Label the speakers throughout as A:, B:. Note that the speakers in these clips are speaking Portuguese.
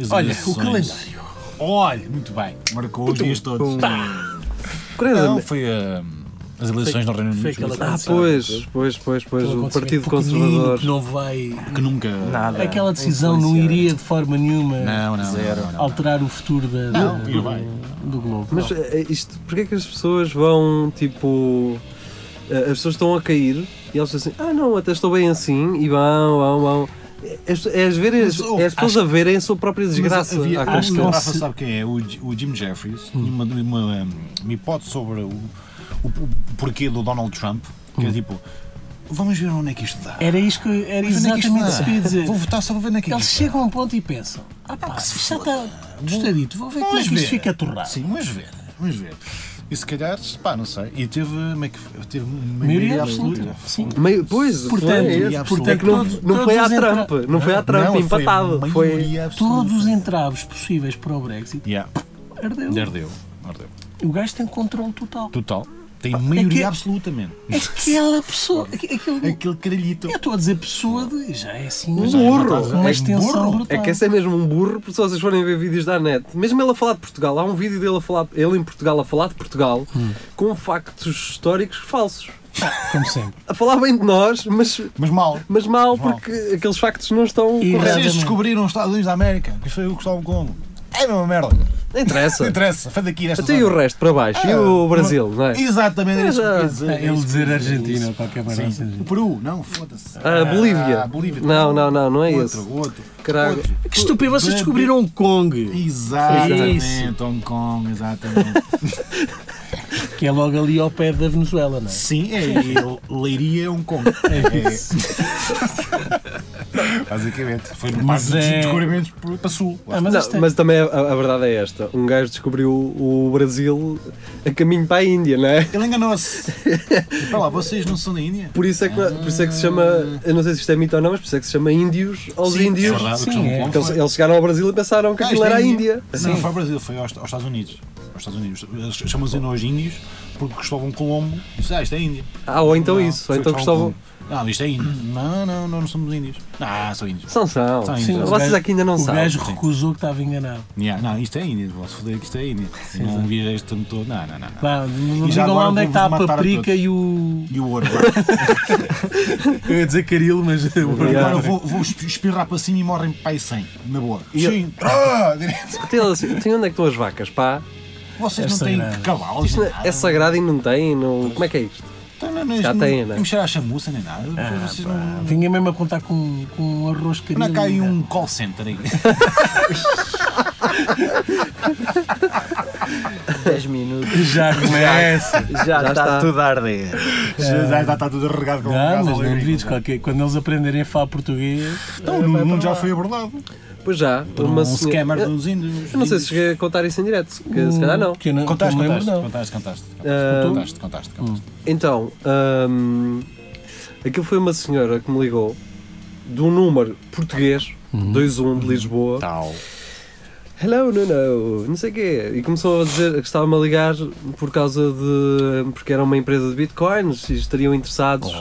A: As
B: Olha, o
A: eleições.
B: calendário.
A: Olha, muito bem. Marcou os dias todos. Não,
C: Curiosamente.
A: foi ah, as eleições no Reino Unido.
B: foi aquela
C: Ah,
B: sabe,
C: pois, pois, pois, pois.
B: Aquele
C: O Partido
B: acontecimento pequenino
C: Conservador.
B: Que não vai.
A: que nunca.
D: Nada.
B: Aquela decisão não iria de forma nenhuma
A: Não, não, não,
D: Zero.
A: não, não.
B: alterar o futuro da, da-
A: Não, e
B: do,
A: vai.
B: do Globo.
C: Mas
B: Não.
C: eh, isto, porquê é que as pessoas vão tipo. eh, As pessoas estão a cair e elas dizem assim, ah não, até estou bem assim e vão, vão, vão. É, é, as, verem,
A: Mas, oh,
C: é as pessoas a verem a sua própria desgraça.
A: Mas havia-
C: a
A: acho que o
B: um
C: acontecer.
A: Rafa sabe quem é, o, G- o Jim
B: Hum.
A: Jeffries, tinha uma, uma, um, uma hipótese sobre o, o, o porquê do Donald Trump, que
B: Hum.
A: é tipo, vamos ver onde é que isto dá.
B: Era isto que era
A: Vamos ver onde é que isto
B: exatamente isso que eu ia
A: dá.
B: dizer.
A: Vou votar só para ver onde é que
B: Eles
A: isto dá.
B: chegam a um ponto e pensam: ah pá,
A: se
B: isto já está tostadito, vou ver como é que isto fica atorrado.
A: Sim, vamos ver, vamos ver. E se calhar, pá, não sei. E teve, como é que foi? teve uma
B: Maioria absoluta. Sim.
C: Meio, pois,
B: Portanto,
C: foi esse.
A: maioria absoluta.
B: portanto,
C: É que não,
B: todos-
C: não foi
B: todos
C: à
B: os entra-
C: trampa, não foi à trampa,
A: Não, foi
C: empatado. Foi,
A: maioria absoluta.
B: Todos os entraves possíveis para o Brexit
A: Yeah.
B: ardeu.
A: Ardeu, ardeu.
B: O gajo tem controle total.
A: Total. Tem maioria
B: É que-
A: absoluta, mesmo.
B: Aquela pessoa, aqu- aquele.
A: Aquele caralhito.
B: Eu estou a dizer pessoa de. Já é assim.
C: Um
B: já é
C: burro.
B: brutal,
A: É um
B: Uma extensão
A: burro.
B: brutal.
C: É que esse é mesmo um burro, porque se vocês forem ver vídeos da net, mesmo ele a falar de Portugal, há um vídeo dele a falar, ele em Portugal a falar de Portugal com factos históricos falsos.
B: Como sempre.
C: A falar bem de nós, mas,
A: Mas mal.
C: mas mal,
A: Mal.
C: porque aqueles factos não estão corretos.
B: E-
A: Vocês
B: Exatamente.
A: descobriram os Estados Unidos da América, que foi o Gustavo Colombo. É a mesma merda. Não
C: Não interessa.
A: interessa, Ah, foi daqui desta
C: Até Então e o resto para baixo. e o Brasil, não é?
A: Exatamente, era isso que eu queria dizer.
B: É, ele dizer Argentina,
A: Isso.
B: qualquer
A: Sim.
B: maneira.
A: O Peru, não, foda-se.
C: Ah, Bolívia.
A: Ah, Bolívia.
C: Não, não, não, não é esse.
A: Outro, outro.
C: Caralho.
A: outro.
B: Que estúpido, vocês descobriram Hong Kong,
A: Exatamente, Hong Kong, exatamente.
B: que é logo ali ao pé da Venezuela, não é?
A: Sim, é, é Leiria Hong Kong. É. Basicamente, foi no
B: Mas
A: parte dos
B: é-
A: descobrimentos para sul.
B: Ah, mas
C: Não,
B: isto é-
C: mas também a, a verdade é esta. Então, um gajo descobriu o Brasil a caminho para a Índia, não é?
A: Ele enganou-se. Espera lá, vocês não são da Índia?
C: Por isso é que, por isso é que se chama, eu não sei se isto é mito ou não, mas por isso é que se chama Índios aos
A: Sim, é
C: Índios. Então,
A: verdade, o
B: Sim,
A: Cristiano
B: é.
A: Ronaldo
C: Porque eles,
A: foi-
C: eles chegaram ao Brasil e pensaram que
A: Ah,
C: aquilo
A: isto é
C: era a
A: Índia.
C: Índia.
A: Não, não foi ao Brasil, foi aos, aos Estados Unidos. Aos Estados Unidos. Eles chamam-se nós índios porque Cristóvão Colombo disse, ah, isto é Índia.
C: Ah, ou então
A: Não,
C: isso, ou
A: foi um
C: então Cristóvão.
A: Colombo. Não, isto é Índia. Não, não, não, não somos índios. Não, são índios.
C: São, são.
A: São
B: Sim,
A: Índios.
B: o
C: Vocês
B: gajo-
C: aqui ainda não
B: o
C: sabem.
B: gajo recusou que estava enganado.
A: Yeah, não, isto é Índia, vou foder que isto é Índia. não viajei este tempo todo. Não, não, não. não.
B: Pá, não
A: E já
B: digam
A: agora
B: lá onde é que está
A: vou-vos matar
B: a
A: a
B: paprika
A: todos.
B: e o.
A: E o ouro.
B: Eu ia dizer caril, mas.
A: Agora vou, vou espirrar para cima e morrem pai 100, na boa. Sim. Ah, direto.
C: Tem, assim, tem onde é que estão as vacas, pá?
A: Vocês
B: É
A: não têm
B: sagrado.
A: cavalos
C: Isto
A: nem
C: é
A: nada.
C: sagrado e não tem, não... como é que é isto?
A: Então, não, não,
C: Já
A: não,
C: têm, né?
A: não mexer à chamuça nem nada. vocês não...
B: Vinha mesmo a contar com, com um arroz caril.
A: Não cai um call center aí.
D: 10 minutos.
B: Já é? começa.
D: um- Já,
C: Já
D: está,
C: está.
D: tudo a arder.
A: Já está tudo regado com
B: Não, é mas não devido, qualquer- quando eles aprenderem a falar português.
A: é? Então, o mundo já foi abordado.
C: Pois já,
A: Por um
C: é uma senhora-
A: scammer
C: Eu,
A: dos índios.
C: eu não sei se cheguei a contar isso em direto, que se calhar Ah, não.
B: Que eu não, que eu
A: Contaste,
B: me lembro,
A: contaste,
B: não.
A: contaste, contaste.
C: Ah,
A: Contaste, contaste, contaste.
C: Então, hum, aquilo foi uma senhora que me ligou de um número português, 21 de Lisboa.
A: Tal.
C: Hello, não, não, não sei o quê. E começou a dizer que estava-me a ligar por causa de. porque era uma empresa de bitcoins e estariam interessados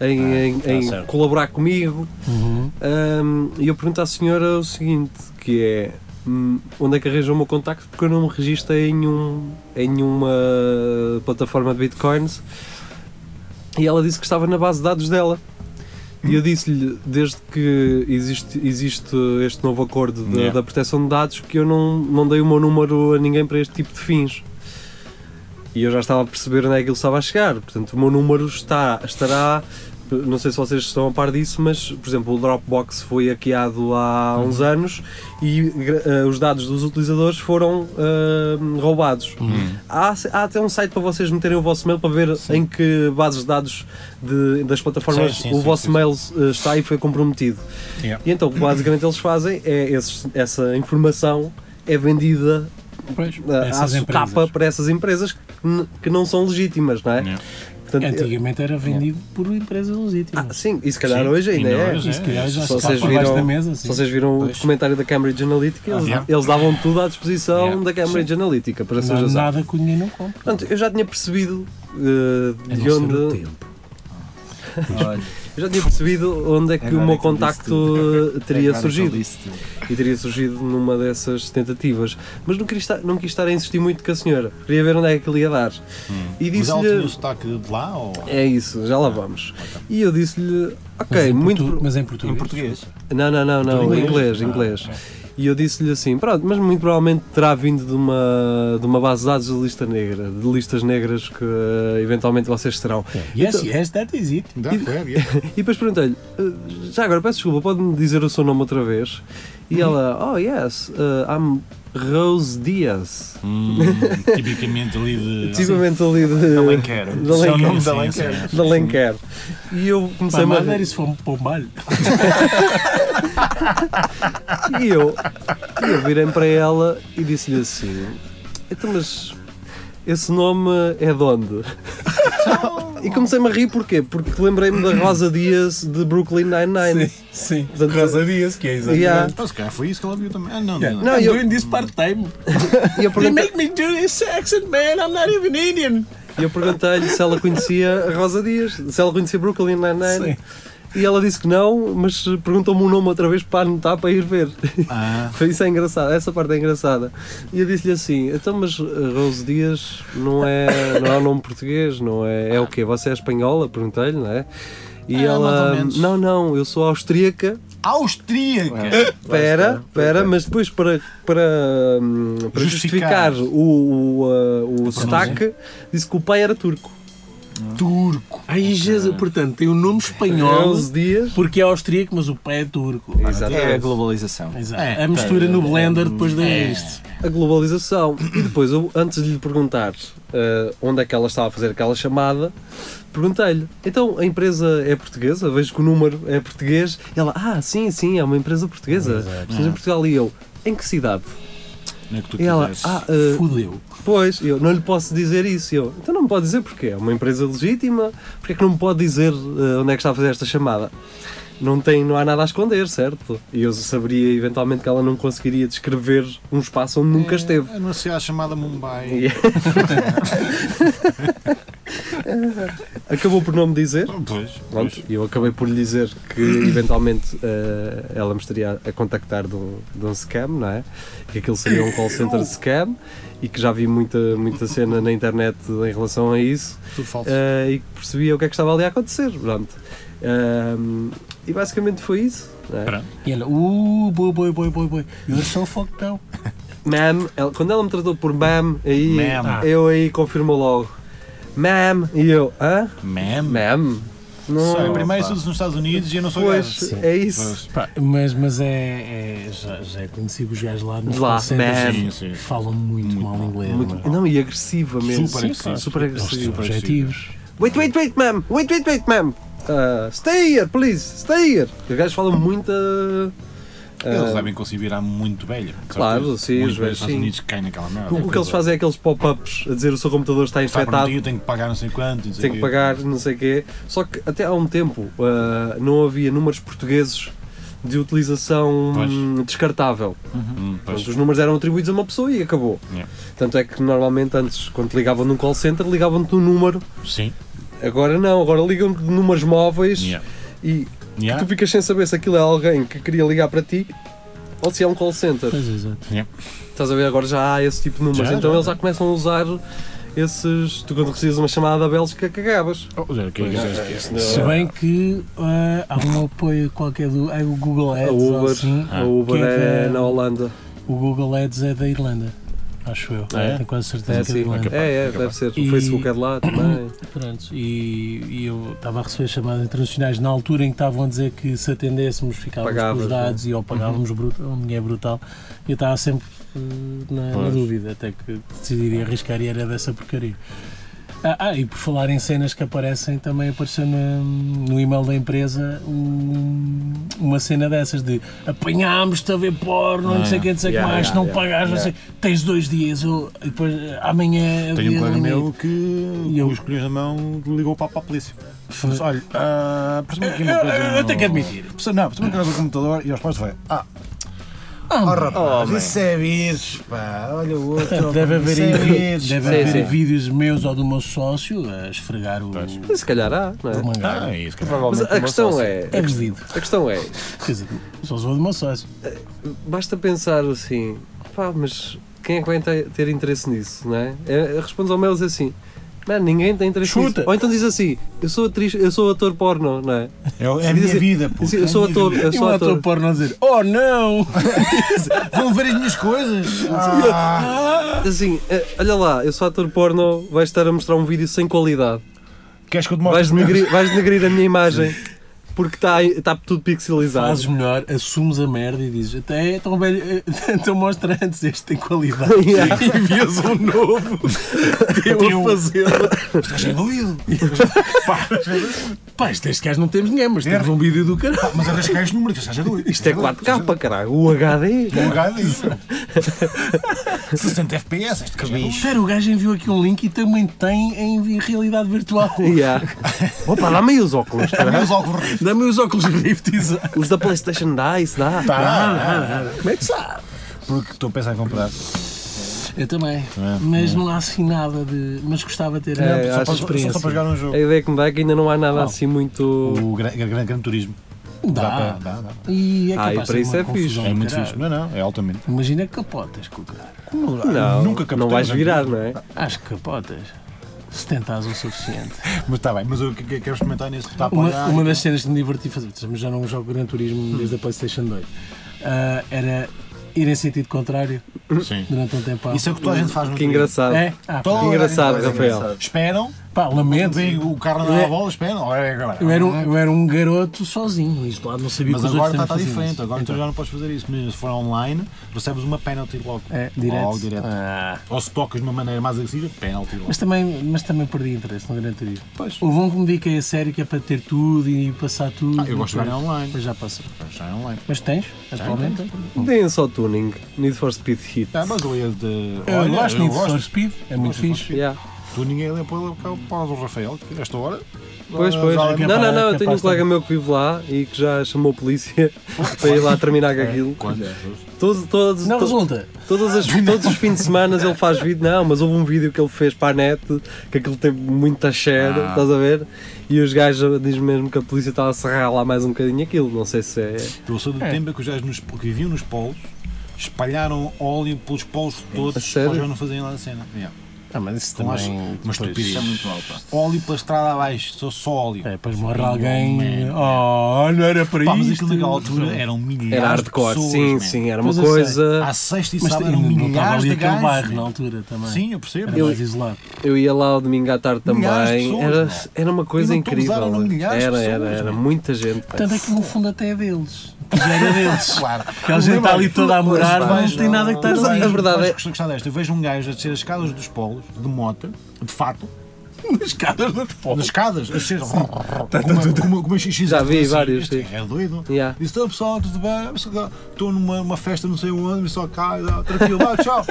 C: em, em- em colaborar comigo. Hum, e eu pergunto à senhora o seguinte: que é. hum, Onde é que arranjou o meu contacto? Porque eu não me registrei em, nenhum, em nenhuma plataforma de bitcoins. E ela disse que estava na base de dados dela. E eu disse-lhe, desde que existe, existe este novo acordo da,
A: Yeah.
C: da proteção de dados, que eu não, não dei o meu número a ninguém para este tipo de fins. E eu já estava a perceber onde é que ele estava a chegar. Portanto, o meu número está, estará. Não sei se vocês estão a par disso, mas, por exemplo, o Dropbox foi hackeado há
A: Uhum.
C: uns anos e gra- eh, os dados dos utilizadores foram eh, roubados.
A: Uhum.
C: Há, há até um site para vocês meterem o vosso mail para ver em que bases de dados de- das plataformas
A: Sim, sim,
C: o
A: sim,
C: vosso
A: sim.
C: mail eh, está e foi comprometido.
A: Yeah.
C: E então, o que basicamente eles fazem é esses- essa informação é vendida
B: Pois, Ah,
C: à
B: essas empresas.
C: socapa para essas empresas que, n- que não são legítimas, não é?
A: Yeah.
C: Portanto,
B: Antigamente era vendido por empresas legítimas.
C: ah, sim, e se calhar
A: Sim,
C: hoje ainda
A: ainda
C: é.
A: hoje
B: E se calhar
C: Se
B: já está
C: vocês
B: por baixo
C: viram-
B: da mesa.
C: Se
B: Sim.
C: vocês viram o documentário da Cambridge Analytica, eles,
A: yeah.
C: eles davam tudo à disposição
A: Yeah.
C: da Cambridge Analytica, para
B: Não há
C: seja usado.
B: nada que o dinheiro não compra.
C: Portanto, eu já tinha percebido eh, de onde.
D: Olha,
C: Eu já tinha percebido onde é que
D: Agora
C: o meu
D: é que eu disse
C: contacto eh, teria
D: agora é que
C: surgido.
D: eu disse tudo.
C: E teria surgido numa dessas tentativas. Mas não, queria estar, não quis estar a insistir muito com a senhora. Queria ver onde é que ele ia dar.
D: Hum.
C: E
A: Mas ela tinha o
C: disse-lhe.
A: sotaque de lá ou.
C: É isso, já lá vamos. E eu disse-lhe.
B: Mas
C: Ok,
B: em
C: muito.
B: portu-
C: pro-
B: Mas Ah, em português.
D: Em português.
C: Não, não, não, não,
B: Tudo
C: em
B: em
C: inglês, em inglês. E eu disse-lhe assim, pronto, mas muito provavelmente terá vindo de uma, de uma base de dados de lista negra, de listas negras que eh, eventualmente vocês terão.
B: Yes, yes, that is it.
A: Dá, é,
C: E depois perguntei-lhe, "Eh, já agora, peço desculpa, pode-me dizer o seu nome outra vez? E ela, oh yes, eh, I'm Rose Dias.
A: Hum, tipicamente ali de.
C: Tipicamente ali de...
D: Alenquer.
C: Tipo De Alenquer.
A: Sim, sim,
D: nome
A: sim,
D: da Alenquer.
A: sim.
C: De Alenquer. E eu comecei
B: Pá,
C: a... me
B: mas
C: rir.
B: era isso foi um pombalho.
C: E eu, e eu virei para ela e disse-lhe assim: Então, mas esse nome é de onde? E comecei-me a rir porquê? Porque lembrei-me da Rosa Dias de Brooklyn Nine-Nine.
B: Sim.
C: Portanto,
B: Rosa Dias, que é exatamente.
C: Yeah.
A: Então, se calhar foi isso que ela viu também. Ah, não, não.
B: Yeah.
A: não.
C: Não,
B: I'm
C: eu-
B: doing this part-time.
C: E eu
B: They
C: perguntei-
B: make me do this accent, man. I'm not even Indian.
C: e eu perguntei-lhe se ela conhecia a Rosa Dias, se ela conhecia Brooklyn Nine-Nine. E ela disse que não, mas perguntou-me o nome outra vez para anotar para ir ver.
A: Ah,
C: Foi Isso é engraçado, essa parte é engraçada. E eu disse-lhe assim: então, mas uh, Rose Dias não é, não é um nome português, não é? É o quê? Você é espanhola? Perguntei-lhe, não é? E
A: É, mais ou
C: ela:
A: menos.
C: não, não, eu sou austríaca.
A: austríaca!
C: Pera, pera, mas depois para, para, hum, para
A: Justificar.
C: justificar, o, o, uh, o sotaque, disse que o pai era turco.
A: Turco!
B: Ai,
C: Ah.
B: Jesus, portanto, tem o nome espanhol
C: Rose Dias.
B: porque é austríaco, mas o pé é turco.
D: É a
C: Exatamente.
D: globalização.
B: Exato.
A: É,
B: a mistura no blender depois dá isto.
C: a globalização. E depois, eu, antes de lhe perguntar eh, onde é que ela estava a fazer aquela chamada, perguntei-lhe: então a empresa é portuguesa? Vejo que o número é português. E ela: ah, sim, sim, é uma empresa portuguesa. Estamos em Portugal. E eu: em que cidade?
A: nem o que tu
C: E ela,
A: quiseres.
C: ah, eh,
B: Fudeu.
C: pois, eu não lhe posso dizer isso. E Eu, então não me pode dizer porquê? É uma empresa legítima, porque é que não me pode dizer eh, onde é que está a fazer esta chamada? Não, tem, não há nada a esconder, certo? E eu saberia eventualmente que ela não conseguiria descrever um espaço onde nunca esteve.
A: É, Anunciar a chamada Mumbai.
C: E- Acabou por não me dizer.
A: Pois, pois.
C: Pronto, e eu acabei por lhe dizer que eventualmente eh, ela me estaria a contactar de um, de um scam, não é? Que aquilo seria um call center de scam e que já vi muita, muita cena na internet em relação a isso
A: Tudo falso.
C: eh, e que percebia o que é que estava ali a acontecer. Pronto. Ahm, e basicamente foi isso. não é?
A: Pronto.
B: E ela, uh, boi, boi, boi, boi, um boi. You're so fucked up.
C: Ma'am, ela- quando ela me tratou por ma'am, aí
A: Ma'am.
C: eu aí confirmo logo. Ma'am, e eu, hã?
A: Mem.
C: Ma'am?
A: São em
C: Não,
A: primeiros estudos nos Estados Unidos e eu não sou gajo.
C: pois, é isso.
A: Pois.
B: Pá, mas mas é, é- já, já é conhecido os gajos lá no
C: De lá, man.
A: Sim, sim.
B: Falam muito,
A: Muito
B: mal inglês. é?
C: Muito-
B: mas-
C: não, e agressiva mesmo.
A: Super agressiva.
C: Super
B: Eles
C: agressiva.
B: têm objetivos.
C: Wait, wait, wait, ma'am! Wait, wait, wait, ma'am! Uh, stay here, please! Stay here! Os gajos falam muito. uh,
A: Eles é
C: uh,
A: devem conseguir virar muito velha.
C: claro, sim,
A: Muito
C: os
A: velha, Os
C: velhos,
A: Estados
C: sim.
A: Unidos caem naquela merda.
C: o que eles fazem é aqueles pop-ups a dizer o seu computador está
A: Está
C: infectado,
A: prometido, tenho que pagar não sei quanto. não sei
C: tem que
A: quê.
C: pagar, não sei o quê. Só que até há um tempo uh, não havia números portugueses de utilização
A: Pois.
C: hum, descartável.
A: Hum, pois.
C: Portanto, os números eram atribuídos a uma pessoa e acabou.
A: Yeah.
C: Tanto é que normalmente antes, quando te ligavam num call center, ligavam-te num número.
A: Sim.
C: Agora não, agora ligam-te de números móveis
A: Yeah.
C: e
A: Yeah.
C: Tu ficas sem saber se aquilo é alguém que queria ligar para ti ou se é um call center.
B: Pois é, exato.
C: Estás a ver? Agora já há esse tipo de números.
A: Já,
C: então
A: já.
C: eles já começam a usar esses. Tu, quando recebes uma chamada da Bélgica, cagavas.
A: Oh, já, que é que é isso?
B: Se bem que ah, há um apoio qualquer do é o Google
C: A
B: Ads ou
C: Uber,
B: assim.
C: a Uber
B: que
C: é,
B: é da-
C: na Holanda.
B: O Google Ads é da Irlanda. Acho eu.
A: É?
B: Tenho quase certeza
C: É,
B: que é da
C: sim.
B: Irlanda.
C: é, é, deve ser. O
B: E-
C: Facebook é de lá também.
B: Pronto, e, e eu estava a receber chamadas internacionais na altura em que estavam a dizer que se atendêssemos ficávamos com
C: Pagavas,
B: os dados e ou pagávamos brutal, um dinheiro brutal. E eu estava sempre eh, na, na
A: Pois.
B: dúvida, até que decidiria arriscar e era dessa porcaria. Ah, ah, e por falar em cenas que aparecem, também apareceu na- no e-mail da empresa um- uma cena dessas de apanhámos-te a ver porno, não sei o que, não sei o que
C: Yeah,
B: mais, se
C: yeah,
B: não
C: yeah,
B: pagares, não
C: yeah.
B: sei, tens dois dias, ou depois eh, amanhã é o
A: Tenho um
B: dia
A: colega
B: do
A: meu
B: limite."
A: que,
B: E eu-
A: com os colhões na mão, ligou para, para a polícia.
B: Foi-
A: Mas olha, ah, percebeu aqui
B: Eu-
A: uma
B: eu-
A: coisa.
B: eu tenho que
A: no-
B: admitir.
A: Percebeu- Não, percebeu que era do computador e a resposta foi: Ah,
B: Ah,
A: oh,
B: mano.
A: rapaz, isso é vírus, pá, olha o outro.
B: Portanto, deve haver,
A: isso é
B: aí,
A: vírus,
B: deve
A: pá."
B: haver
C: sim.
B: vídeos meus ou do meu sócio a esfregar o, o
C: E se calhar há, não é?
B: mangá.
A: Ah, é isso, cara.
C: Mas
D: Provavelmente
C: a
D: uma
C: questão
D: sócia.
C: é.
B: É devido.
C: A questão é.
B: Quer dizer, só se for do meu sócio.
C: Basta pensar assim. Pá, mas quem é que vai ter- ter interesse nisso, não é? é respondes ao mail e diz assim. Mano, ninguém tem interesse
B: Chuta.
C: nisso. Ou então diz assim, eu sou atriz, eu sou ator porno, não é?
A: É, é a minha vida, um pô.
C: Sim, eu sou ator, eu
B: Eu
C: sou
B: lá estou
C: ator.
B: a pôr não dizer, oh não!
A: Vão ver as minhas coisas. Ah,
C: Assim, eh, olha lá, eu sou ator porno, vais estar a mostrar um vídeo sem qualidade.
A: queres que eu te mostre?
C: Vais
A: os meus?
C: denegrir, vais denegrir a minha imagem porque está tá tudo pixelizado.
B: Fazes melhor, assumes a merda e dizes, até é tão velho, então mostra antes, este tem qualidade.
C: Yeah.
B: E envias um novo, eu a fazer.
A: Estás envolvido. Pá,
B: Pá, isto este gajo não temos ninguém, mas temos um vídeo do caralho.
A: mas arriscar este número, que estás envolvido.
C: Isto é 4K, caralho, o HD.
A: Um gado isso. 60 FPS, este cabelo.
B: Espera, o gajo enviou aqui um link e também tem em realidade virtual.
C: Yeah. Opa, dá-me aí os óculos, caralho.
A: Meus óculos ricos.
B: Dá-me os óculos Rift, exato.
C: Os da Playstation dá, isso dá.
B: Tá. Como é que sabe?
A: Tá. Porque estou a pensar em comprar.
B: Eu também. mas não há assim nada de. Mas gostava de ter
C: É,
B: a
C: acho-
B: experiência.
A: Só para jogar um jogo.
C: A ideia que me dá é que ainda não há nada assim muito.
A: O Gran, gran, Gran Turismo.
B: Dá.
A: Dá, dá.
B: E é
C: Ah, e
B: capaz de
C: para
B: ser
C: isso
B: uma
C: é fixe.
B: confusão
A: É
B: do
A: muito
B: caralho.
A: fixe. Não, não, é altamente.
B: Imagina que capotas com o caralho.
C: Não,
A: Nunca captei
C: não vais
A: um Gran
C: virar,
A: Turismo.
C: não é?
B: Acho que capotas. Se tentares o suficiente.
A: Mas está bem, mas eu que- que- quero experimentar nisso. Tá Está a
B: Uma,
A: pagar.
B: uma das cenas que me diverti fazer, mas já não jogo Gran Turismo desde a PlayStation 2, ah, era ir em sentido contrário
A: Sim.
B: durante um tempo. à-
A: Isso é o que toda a gente faz no
C: Que
A: Turismo.
C: engraçado.
B: É? Ah,
A: Toda
C: Que engraçado,
A: a gente faz.
C: Rafael.
A: Esperam
B: Pá, lamento.
A: Vem o carro dá
B: Eu
A: a
B: é-
A: bola, espera. olha agora.
B: Eu era, um, eu era um garoto sozinho, isolado, não sabia
A: Mas
B: que os
A: agora
B: outros
A: está
B: também faziam
A: diferente,
B: isso.
A: agora
B: Então,
A: tu já não podes fazer isso. Mas se for online, recebes uma penalty logo.
B: É, direto.
A: Logo, Oh, direto.
B: Ah.
A: Ou se tocas de uma maneira mais agressiva, penalty logo.
B: Mas também, mas também perdi interesse no Gran Turismo.
A: Pois.
B: Houve um que me diz que é sério, que é para ter tudo e passar tudo.
A: Ah, eu gosto de jogar online.
B: Mas já passou.
A: Mas já é online.
B: Mas tens, atualmente?
C: Deem só tuning. Need for Speed Hit.
A: Ah, mas eu ia de.
B: Eu
A: Olha,
B: gosto de Need for
A: gosto.
B: Speed, é muito
A: gosto de
B: fixe.
C: Yeah.
A: Tu ninguém lê pelo cá para o Rafael, que esta hora. ah,
C: Pois,
A: já-
C: pois.
A: já-
B: que é
C: Não,
B: para-
C: não, não.
B: que é
C: Eu tenho
B: para
C: um colega
B: estar-
C: meu que vive lá e que já chamou a polícia para ir lá terminar com aquilo.
A: Quantos?
C: Todos, todos,
B: Não
C: to-
B: resulta.
C: todas as- todos os fins de semana ele faz vídeo. Não, mas houve um vídeo que ele fez para a net que aquilo tem muita share,
A: Ah.
C: estás a ver? E os gajos dizem mesmo que a polícia estava a serrar lá mais um bocadinho aquilo. Não sei se é.
A: Eu sou do tempo em que os gajos nos- que viviam nos polos espalharam óleo pelos polos todos
C: A
A: para
C: sério?
A: os gajos não fazerem lá a cena. Yeah.
B: É Ah, mas isso
A: Então acho uma
D: Isso é
A: estupidez.
D: muito mal, pá.
A: Óleo pela estrada abaixo, só, só óleo.
B: É, depois morre
A: Oh,
B: alguém.
A: man.
B: Oh, não era para
A: Pá, mas
B: isto.
A: aquilo naquela altura eram milhares
C: Era
A: um de
C: hardcore.
A: pessoas.
C: Sim,
A: man.
C: sim. Era uma
B: Pois eu sei.
C: coisa.
A: À sexta e
B: Mas
A: sábado
B: ainda
A: eram
B: não estava
A: milhares
B: ali
A: um de
B: aquele
A: gajos.
B: bairro
A: man.
B: na altura também.
A: Sim, eu percebo.
B: Era
A: mas
B: mais isolado.
C: Eu ia lá ao domingo à tarde
A: Milhares de
C: também.
A: pessoas,
C: era,
A: não?
C: era uma coisa
A: E não estamos a
C: incrível.
A: dar um milhares de
C: Era,
A: pessoas,
C: era,
A: não?
C: era muita gente. pá.
B: Portanto, aquilo no fundo até é deles. Já era deles.
A: Claro.
B: Aquela gente está ali toda a morar,
A: Mas
B: não tem nada que estar
C: Mas
A: Mas
C: a-
B: ali.
C: a verdade é-
A: que gostar desta. Eu vejo um gajo a descer as escadas dos polos, de moto, de fato,
B: Nas caras das
A: nas
B: fotos.
A: escadas, a descer.
B: Tá,
A: Como uma xixi.
C: Já vi vários,
A: Este
C: sim.
A: gajo é doido.
C: Yeah.
A: Disse: então pessoal, tudo bem? Pessoal, Estou numa numa festa, não sei onde, só cá, e dá, tranquilo, vá, tchau.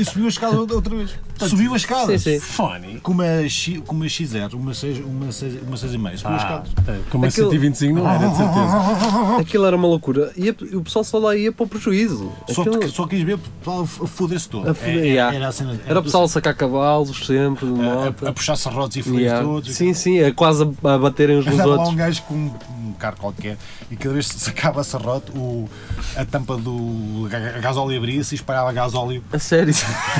A: E subiu a escada outra- outra vez. Subiu as escadas.
C: Sim, sim.
B: Fone.
A: Com uma, é X- com uma X0, uma 6,5, uma seis- uma seis e meia, subiu as
B: Ah,
A: escadas.
B: como a
C: Aquilo-
B: 125 não era, de certeza.
C: Aquilo era uma loucura. E a- o pessoal só lá ia para o prejuízo.
A: Só,
C: Aquilo-
A: que- só quis ver o pessoal a foder-se todo.
C: É a foder-
A: É-
C: yeah.
A: Era a cena.
C: Era o pessoal a sacar cavalos sempre, de
A: a, a,
C: moto.
A: a puxar serrotes e folhas
C: Yeah.
A: todos.
C: Sim, sim, a quase a a baterem uns nos
A: Andava lá
C: outros.
A: um gajo com um, um carro qualquer e cada vez que sacava a serrote, o, a tampa do ga- gasóleo abria-se e espalhava gasóleo.
C: A sério.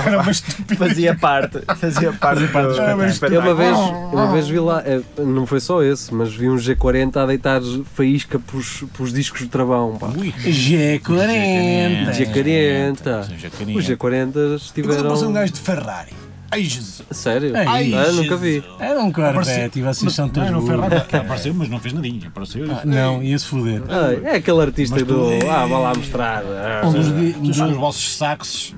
A: Era uma estupidez.
D: Fazia parte, fazia parte, do
C: Eu uma
D: espetáculo.
C: vez, eu uma vez vi lá, eh, não foi só esse, mas vi um G40 a deitar faísca pros, pros discos de travão. Pá.
A: Ui. é,
B: G40.
C: G40.
A: Sim,
C: Os
A: Jacarinha.
C: G40
A: Depois
C: estiveram.
A: apareceu um gajo de Ferrari. Ai, Jesus.
C: A Sério?
B: Ai,
C: Ah, nunca vi.
A: Jesus.
B: Era um Corvette
A: Apareceu-
B: e vocês são
A: Não,
B: todos
A: não,
B: burros.
A: Ferrari apareceu, mas não fez nadinha. Apareceu.
B: Ah, Não, ia-se foder.
C: Ah, é aquele artista
A: Mas tu-
C: do. Ah, vá lá mostrar. Ah,
B: Um dos di-
A: Tu sabes os
B: do-
A: vossos sacos.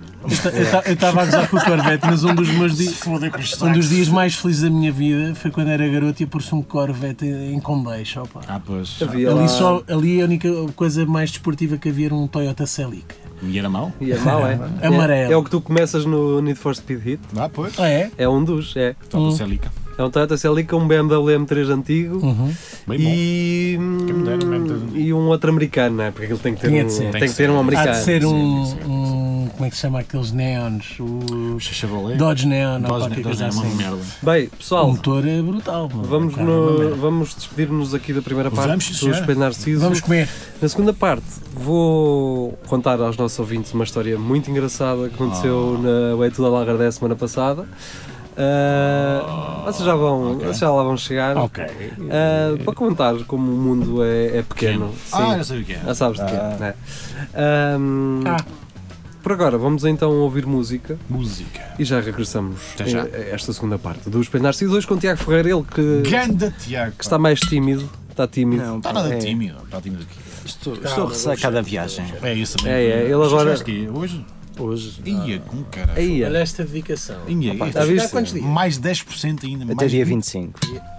B: Eu estava a gozar com o Corvette, mas um dos meus
A: Se
B: dias.
A: foder com os sacos.
B: Um dos dias mais felizes da minha vida foi quando era garoto e ia pôr-se um Corvette em Condeixo, opa.
A: Ah, pois.
C: havia lá-
B: Ali, só, ali a única coisa mais desportiva que havia era um Toyota Celica.
A: E era mau?
C: E é mau, é?
B: Amarelo.
C: É, é o que tu começas no Need for Speed Hit.
A: Ah, pois.
B: Ah, é?
C: É um dos, é.
A: Então, do Celica.
C: É um Toyota Celica, um BMW M3 antigo
B: Um Uhum.
A: Bem bom.
C: e, hum,
A: Quem me dera um M3 antigo.
C: e um outro americano, não é? Porque ele tem que ter,
B: Tinha
C: um,
B: de ser.
C: Tem
A: Tem
C: que
A: que
C: ter
A: ser.
C: um
B: Há
C: americano.
B: de ser um,
A: Sim, sim, sim.
B: um- Como é que se chama aqueles neons? O
A: O Chevrolet.
B: Dodge Neon ou
A: Dodge,
B: qualquer
A: Dodge
B: coisa
A: é uma
B: assim.
A: merda.
C: Bem,
B: O
C: pessoal,
B: motor é brutal. mano.
C: vamos,
B: Cara,
C: no-
B: é uma merda.
C: vamos despedir-nos aqui da primeira parte
A: Vamos, sim,
C: do
A: senhora.
C: Espelho Narciso.
B: Vamos comer.
C: Na segunda parte, vou contar aos nossos ouvintes uma história muito engraçada que aconteceu
B: Ah.
C: na Way to the Lagarde da semana passada. Ah, vocês já vão, vocês já lá vão chegar.
B: Ok.
C: Ah, para contar como o mundo é, é pequeno. Sim.
A: Ah, já sei o que é.
C: Já sabes de quê, né? Ahm,
B: Ah.
C: Por agora, vamos então ouvir música
A: Música.
C: e já regressamos
A: Até já.
C: a- a esta segunda parte do Espelho Narciso. Hoje com o Tiago Ferreira, ele que,
A: Ganda Tiago.
C: que está mais tímido. Está tímido.
D: Não,
A: Está
D: pá,
A: nada
D: é-
A: tímido. Está tímido aqui.
D: Estou, estou a recear cada viagem.
A: É isso mesmo.
C: É, é, ele
A: Mas
C: agora-
A: chegaste aqui Hoje?
D: Hoje.
A: Ia com cara.
C: Aí, é.
B: esta dedicação.
A: Ia.
C: já
A: isto-
C: viste?
B: quantos dias?
A: Mais 10% ainda.
D: Até
A: mais
D: dia
A: 20.
D: 25.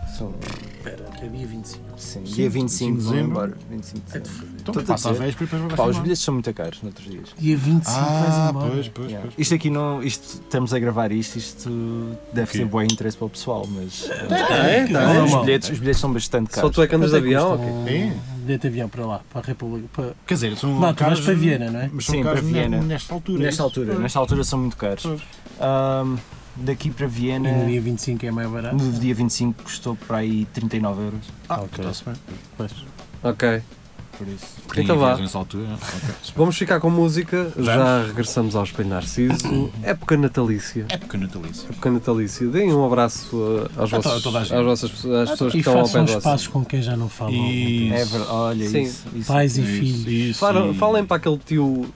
B: Espera, até dia 25.
D: Sim, dia 25 de
A: dezembro.
D: dezembro. 25 de dezembro.
A: Então
D: Estou-te a
A: passa a
D: dizer.
A: véspera e depois vai
D: Pá, os
A: filmar.
D: bilhetes são muito caros noutros dias.
B: Dia 25 vais
A: Ah,
B: embora.
A: pois, pois,
D: Yeah.
A: pois.
D: Isto aqui não. Isto, estamos a gravar isto, isto deve ser bom interesse para o pessoal, mas.
C: É, tá.
B: Não,
D: os,
B: mal.
D: bilhetes, os bilhetes são bastante
C: Só
D: caros.
C: tu é que andas de avião? ok.
A: É?
B: Um bilhete de avião para lá, para a República. Para...
A: Quer dizer, são
B: Não, tu
A: caras-
B: vais para Viena, não é?
A: Mas são
D: Sim,
A: caras
D: para Viena.
A: ne- Nesta altura. é
D: Nesta altura, nesta altura são muito caros.
A: Pois.
D: Ahm, daqui para Viena,
B: E no dia 25 é mais barato.
D: no dia 25, custou por aí 39 euros.
A: Ah, está-se bem.
B: Pois.
C: Ok.
A: por isso.
C: Então vá.
A: Nessa altura. ok, super.
C: Vamos ficar com música, já regressamos ao Espelho Narciso. Época natalícia.
A: Época natalícia.
C: Época natalícia. Deem um abraço uh, aos
A: A to- Então, a
C: vossos-
A: toda a
C: às
A: gente.
C: vossas pessoas- às pessoas que
B: E
C: estão ao pé
B: façam
C: de
B: os
C: vocês.
B: passos com quem já não fala.
A: E-
D: É verdade, olha
C: Sim.
D: isso. isso.
B: Pais e
A: Isso,
B: filhos.
A: isso,
C: Fala-
A: e-
C: falem para aquele tio uh,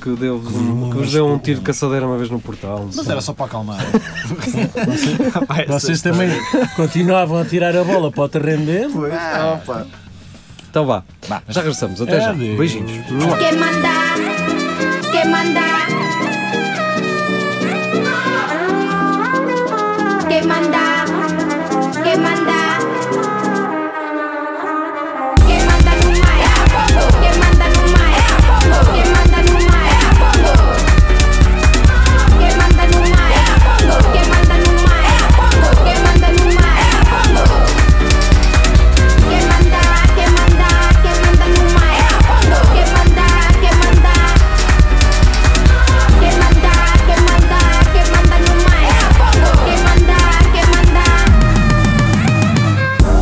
C: que, deu um, que vos deu um tiro de caçadeira uma vez no portal.
A: Mas era só para acalmar.
D: Pá, essa-
B: Vocês também continuavam a tirar a bola para o terreno dele?
D: Pois, opa.
C: Então vá,
A: Vá, mas-
C: já regressamos. Até já.
B: Adeus.
C: Beijinhos.
E: que manda, que manda, que manda, que manda, que manda no mar, que manda no mar, que manda no mar, que manda no mar, que manda no mar, que manda no mar. Que manda, que manda, que manda no mar. Que manda, que manda. Que manda, que manda, que manda no mar. Que manda, que manda.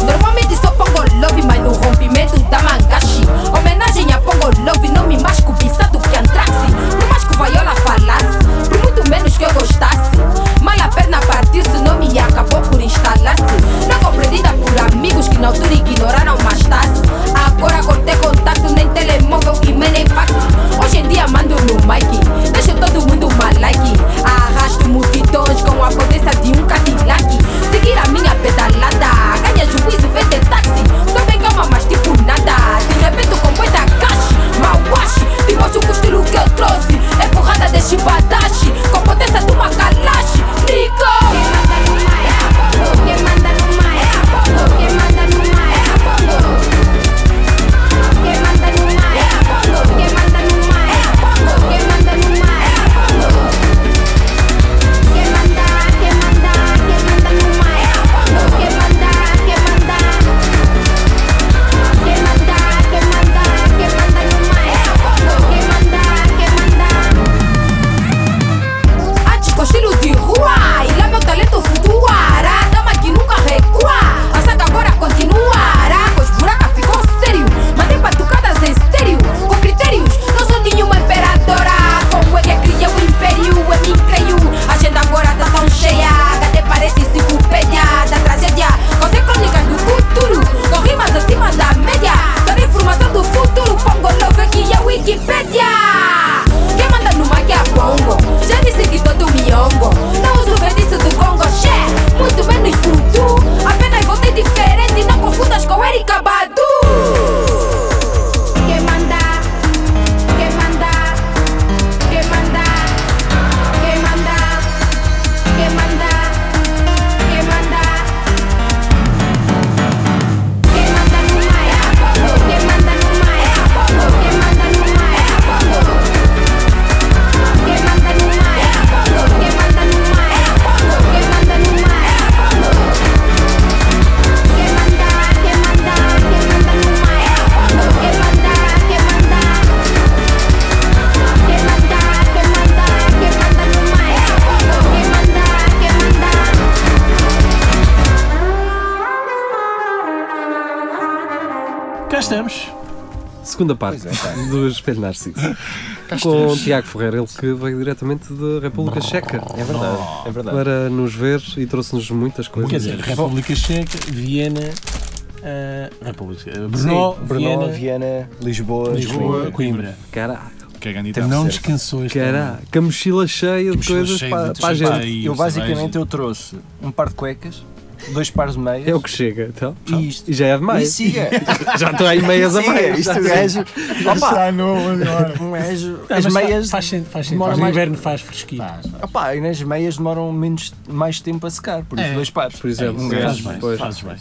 F: Normalmente só pongo love, mas no rompimento da mangashi Homenagem a pongo love, não me mais cobiçado que antraxi Por mais que o vaiola falasse, por muito menos que eu gostasse Mal a perna partiu-se, não me acabou por instalar-se Não compreendida por amigos que na altura ignoraram, mas tá-se Agora cortei contato, nem telemóvel e me nem fax Hoje em dia mando no mic, deixo todo mundo malike Arrasto multidões com a potência de um Cadillac Seguir a minha pedalada, ganha juízo, vende táxi Tô bem calma, mas tipo nada De repente com muita cash, mal wash Te mostro o estilo que eu trouxe É porrada de chibadashi Com potência de uma kalash, Nico!
E: Que manda no mar, que manda eh, no mar, que manda no mar, que manda no mar, que manda no mar, que manda, que manda, que manda no mar, que manda, que manda, que manda, que manda, que manda no mar, que manda, que manda.
F: Antes com estilo de rua E lá meu talento flutuará Dama que nunca recua A saga agora continuará Com os buracos ficou sério Mandei batucadas em estéreo Com critérios, não sou nenhuma imperadora Como é que cria o império Em mim creio A agenda agora tá tão cheia Até parece enciclopédia Da tragédia Com ser crônicas do futuro Com rimas acima da média Toda informação do futuro Pongo logo aqui a Wikipédia quem manda no mar que é bongo Já disse que todo miongo Não uso feitiço do Congo Xé, muito menos voodoo Apenas voltei diferente Não confundas com Erika Badu
E: Que manda, que manda, que manda, que manda, que manda, que manda, que manda no mar, que manda no mar, que manda no mar, que manda no mar, que manda no mar, que manda no mar. Que manda, que manda, que manda no mar. Que manda, que manda. Que manda, que manda, que manda no mar. Que manda, que manda.
B: Cá estamos.
C: Segunda parte
A: é,
C: do Espelho Narciso. Com o Tiago Ferreira, ele que veio diretamente da República Checa
D: É verdade, é verdade.
C: para nos ver e trouxe-nos muitas coisas.
B: Quer dizer, República Checa, Viena. ah, República Brno, Viena,
D: Brno, Viena, Lisboa,
B: Lisboa,
A: Lisboa,
B: Coimbra.
C: Caraca,
A: Que é grande
B: Então,
A: ideia.
B: não descansou este ano.
C: caraca, a mochila cheia de
A: Mochila
C: coisas
A: cheia
C: para,
A: de
C: para a
A: champanhe,
C: gente.
D: Eu basicamente
A: cerveja.
D: eu trouxe um par de cuecas, dois pares de meias
C: É o que chega, então.
D: e isto.
C: E já é
D: E
C: demais.
D: siga!
C: Já estou aí meias a
D: Siga,
C: mais.
D: Isto é um gajo. Opa! Um gajo.
B: Ah,
D: As
B: mas fa-
D: meias.
B: Faz sentido, faz sentido.
D: demora
B: No
D: mais-
B: inverno faz fresquinho.
A: Faz, faz.
D: Opa, e nas meias demoram menos, mais tempo a secar, por isso
A: É.
D: dois pares.
C: Por exemplo,
D: um
B: Faz
D: gajo.
B: bem,
C: Pois.
B: fazes bem.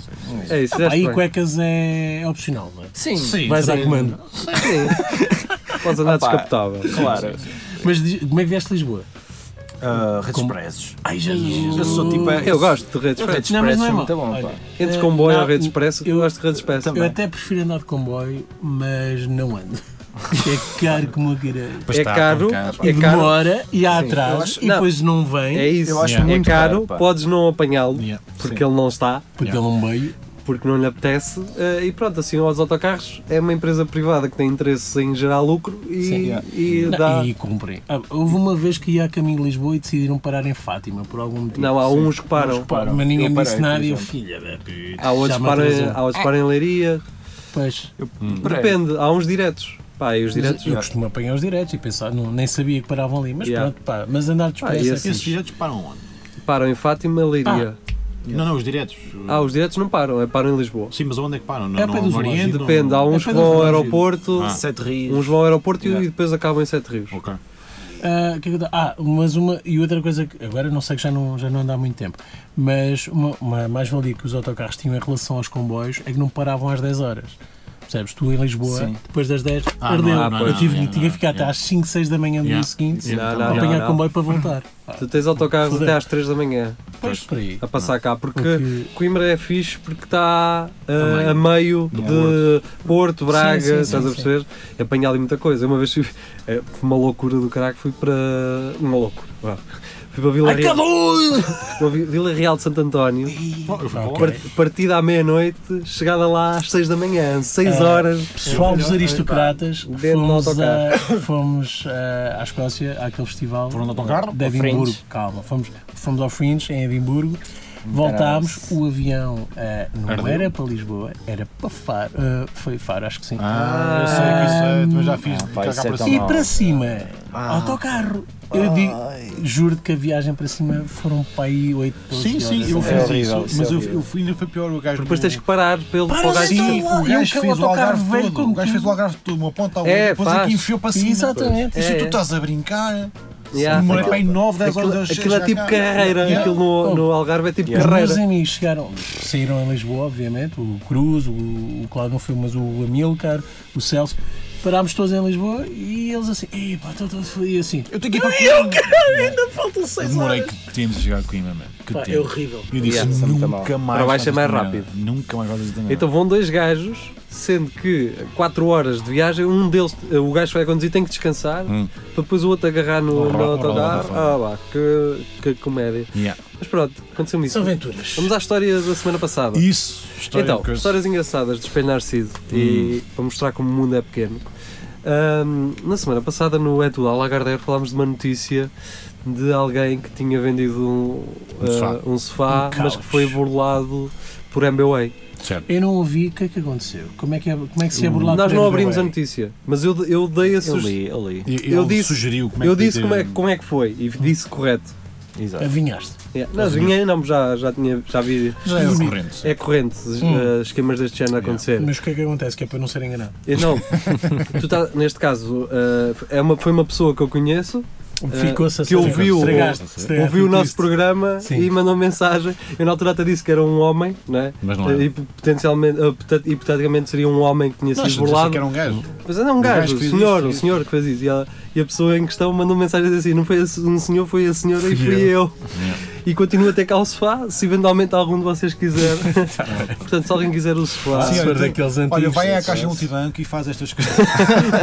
C: É isso, já
B: Aí
C: está. bem.
B: cuecas é opcional, não é?
D: Sim,
A: Sim,
B: Vais a
A: sim.
B: comando.
C: Podes andar
D: Opa.
C: descapotável.
D: claro.
B: Mas de- como é que vieste a Lisboa?
D: Ah, redes expressos.
B: Ai, Jesus.
D: Eu sou tipo.
C: Eu gosto de redes
D: Eu
C: expressas.
D: redes
B: Não, mas não é
D: expressos são
B: mau.
D: muito bom,
B: Olha,
D: pá.
C: Entre
B: Eh,
C: comboio
B: não,
C: ou redes expressas, eu
B: eu-
C: gosto de redes expressas.
B: Eu até prefiro andar de comboio, mas não ando. É caro como eu queria.
A: Pois
C: É
A: está,
C: caro,
A: tá caro.
C: é caro.
B: Demora e há
D: Sim, eu
B: atraso
D: acho-
B: e
C: não.
B: depois não vem
C: É isso,
D: Eu acho
C: é
D: muito
C: caro,
D: caro, pá.
C: podes não apanhá-lo
A: Yeah,
C: porque ele não está.
B: porque um ele não veio.
C: porque não lhe apetece. eh, e pronto, assim, os autocarros é uma empresa privada que tem interesse em gerar lucro e,
D: Sim, yeah.
C: e
B: Não,
C: dá.
B: E comprem. Ah, houve uma vez que ia a caminho de Lisboa e decidiram parar em Fátima por algum motivo.
C: Não, há uns que param.
B: Pá, mas ninguém
D: Eu
B: me
D: parei,
B: disse
D: por
B: nada e eu,
D: exemplo.
B: filha da puta,
C: Há outros
B: já
C: que
B: me
C: param-
B: atrasou.
C: há outros que param em leiria.
B: Pois,
D: Eu
C: Depende, há uns diretos. Pá, e os diretos.
B: eu costumo apanhar os diretos e pensar, não, nem sabia que paravam ali, mas
C: Yeah.
B: pronto, pá, mas andar de
C: Ah,
B: expresso é
C: esses-
A: Esses
B: fixe.
A: diretos param onde?
C: Param em Fátima, Leiria.
A: Não, não, os diretos.
C: Ah, os diretos não param, é param em Lisboa.
A: Sim, mas onde é que param? No,
B: É
A: no,
B: para dos
A: no Oriente?
B: lojos,
A: No-
C: Depende, há uns que
B: apenas
C: vão ao
B: um
C: aeroporto,
D: Sete rios.
C: Ah. uns vão ao aeroporto e-
D: Yeah.
C: e depois acabam em Sete Rios.
A: Ok.
B: Ah, o que é que eu tava- ah, mas uma e outra coisa que agora não sei que já não, já não anda há muito tempo, mas uma, uma mais-valia que os autocarros tinham em relação aos comboios é que não paravam às 10 horas. Percebes? Tu em Lisboa,
D: Sim.
B: depois das 10,
A: Ah,
B: ardeu.
A: não, não,
B: eu
A: não,
B: tive,
A: não,
B: tinha
A: não,
B: que ficar até
A: yeah.
B: às 5, 6 da manhã do
A: Yeah.
B: dia seguinte
A: Yeah.
C: Não,
B: a
C: não,
B: apanhar
C: não, não.
B: comboio para voltar. Ah,
C: Tu tens autocarros
B: Fudeu.
C: até às 3 da manhã
B: Pois por aí.
C: a passar cá, porque
B: Porque-
C: Coimbra é fixe porque está
A: meio.
C: ah, a meio de Porto, Braga,
B: sim, sim,
C: estás a
B: sim.
C: perceber? Apanhar ali muita coisa. Eu Uma vez fui, é, foi uma loucura do caraca, fui para. Uma loucura, vá. Fui para Vila Real, para Vi- Vila Real de Santo António.
A: Bom, eu fui para lá.
B: Ok.
C: Par- Partida à meia-noite, chegada lá às 6 da manhã, 6
B: Ah.
C: horas.
B: Pessoal dos aristocratas,
C: Dentro do
B: fomos,
C: autocarro.
B: a, fomos ah, à Escócia, àquele festival eh,
A: Foram no autocarro?
B: de
D: Ao Fringe?
B: Edimburgo. Calma, fomos, fomos ao Fringe, em Edimburgo, voltámos, o avião ah, não
A: Ardeu.
B: era para Lisboa, era para Faro, ah, foi Faro, acho que sim.
A: Ah, tá eu sei que isso é. Também já fiz.
D: Ah, pá,
A: cá
D: isso é
A: para
D: tão
B: E
A: cima.
D: mau.
B: para cima,
A: Ah.
B: autocarro. Eu digo, juro-te que a viagem para cima foram para aí 8
A: Sim, sim, eu
D: É
A: fiz
D: horrível,
A: isso.
D: isso é
A: Mas eu,
D: horrível.
A: eu fui, ainda foi pior o gajo.
C: Depois
A: do-
C: tens que parar pelo para o
B: Paras
C: gajo.
B: então
A: Sim,
B: lá,
A: o
B: e eu
A: gajo
B: quero
A: fez o
B: autocarro
A: algarve
B: velho
A: todo.
B: como
A: O gajo
B: tu.
A: fez o algarve todo, uma ponta à outra,
C: É,
A: depois
C: faz.
A: aqui enfiou para cima.
B: Exatamente.
A: E se
C: É,
A: tu
C: é.
A: estás a brincar,
C: Yeah.
A: demorei para aí 9, 10 horas a
C: Aquilo, aquilo é
A: chegar
C: tipo
A: cá.
C: carreira,
A: Yeah.
C: aquilo no, no Algarve é tipo
B: Os meus
C: carreira.
B: amigos chegaram, saíram em Lisboa, obviamente, o Cruz, o, o Cláudio não foi, mas o Amilcar, o Celso. Parámos todos em Lisboa e eles assim, epá, estou todo fodido", e assim.
A: Eu tenho que ir para
C: um."
A: Coimbra.
C: é?
B: Ainda faltam 6
A: Demorei que temos de chegar a Coimbra, mano. Que
B: Pá, é
A: tempo.
B: horrível.
A: Eu disse
D: Yeah, isso é muito
A: nunca
D: mal.
A: mais.
C: Para baixo é
A: fazes
C: mais
A: esta merda. Nunca mais fazes esta merda.
C: Então vão dois gajos, sendo que 4 horas de viagem, um deles, o gajo que vai conduzir tem que descansar, para depois o outro agarrar no, no
A: Ora, ora,
C: autocarro.
A: ora, ora.
C: Ah lá, que, que comédia.
A: Yeah.
C: Mas pronto, aconteceu-me isso.
B: São aventuras.
C: Vamos à história da semana passada.
A: Isso, história Hum.
C: então,
A: de coisas.
C: histórias engraçadas de Espelho Narciso e para mostrar como o mundo é pequeno. Ahm, na semana passada, no É Tudo ao Lagardeiro, falámos de uma notícia de alguém que tinha vendido um,
A: Um sofá.
C: ah, um sofá,
B: Um
C: mas que foi
B: couch.
C: burlado por MBWay.
A: Certo.
B: Eu não ouvi o que é que aconteceu. Como é que, é, como é que se é burlado
C: Hum, Nós
B: por
C: não
B: Andrew
C: abrimos a
B: Way?
C: notícia, mas eu, eu dei a
D: Eu
C: sugestão.
D: li, eu li.
A: E-
C: eu
A: ele
C: disse-
A: sugeriu como é
C: Eu
A: que
C: disse como é,
A: podia-
C: como é que foi e disse correto.
D: Exato.
B: Adivinhaste.
C: Yeah. Nós enganamos, já, já, tinha, já vi.
A: Já é corrente.
C: É corrente
B: Hum.
C: eh, esquemas deste género acontecer.
B: Mas o que é que acontece? Que é para eu não ser enganado.
C: Eh, Não, tu tá, neste caso, eh, é uma, foi uma pessoa que eu conheço,
B: Ficou-se a
C: Eh, que ouviu-
B: estragaste, estragaste
C: ouviu o nosso
B: É, um twist.
C: programa
B: Sim.
C: e mandou mensagem. Eu na altura até disse que era um homem, não é?
A: Mas não era.
C: E potencialmente, eh, portanto, hipoteticamente seria um homem que tinha
A: Nós
C: sido
A: disseste
C: burlado.
A: que era um gajo.
C: Mas era um
A: um
C: gajo,
A: gajo
C: o
A: que fez
C: senhor,
A: isso,
C: o
A: isso.
C: senhor que fez isso. E, ela- e a pessoa em questão mandou mensagem a dizer assim: não foi esse- um senhor, foi a senhora e fui eu. E continua até cá o sofá, se eventualmente algum de vocês quiser. Portanto, se alguém quiser o sofá.
B: Se for
A: olha,
B: daqueles antigos.
A: Olha, vai à
B: se-
A: caixa multibanco e faz estas coisas.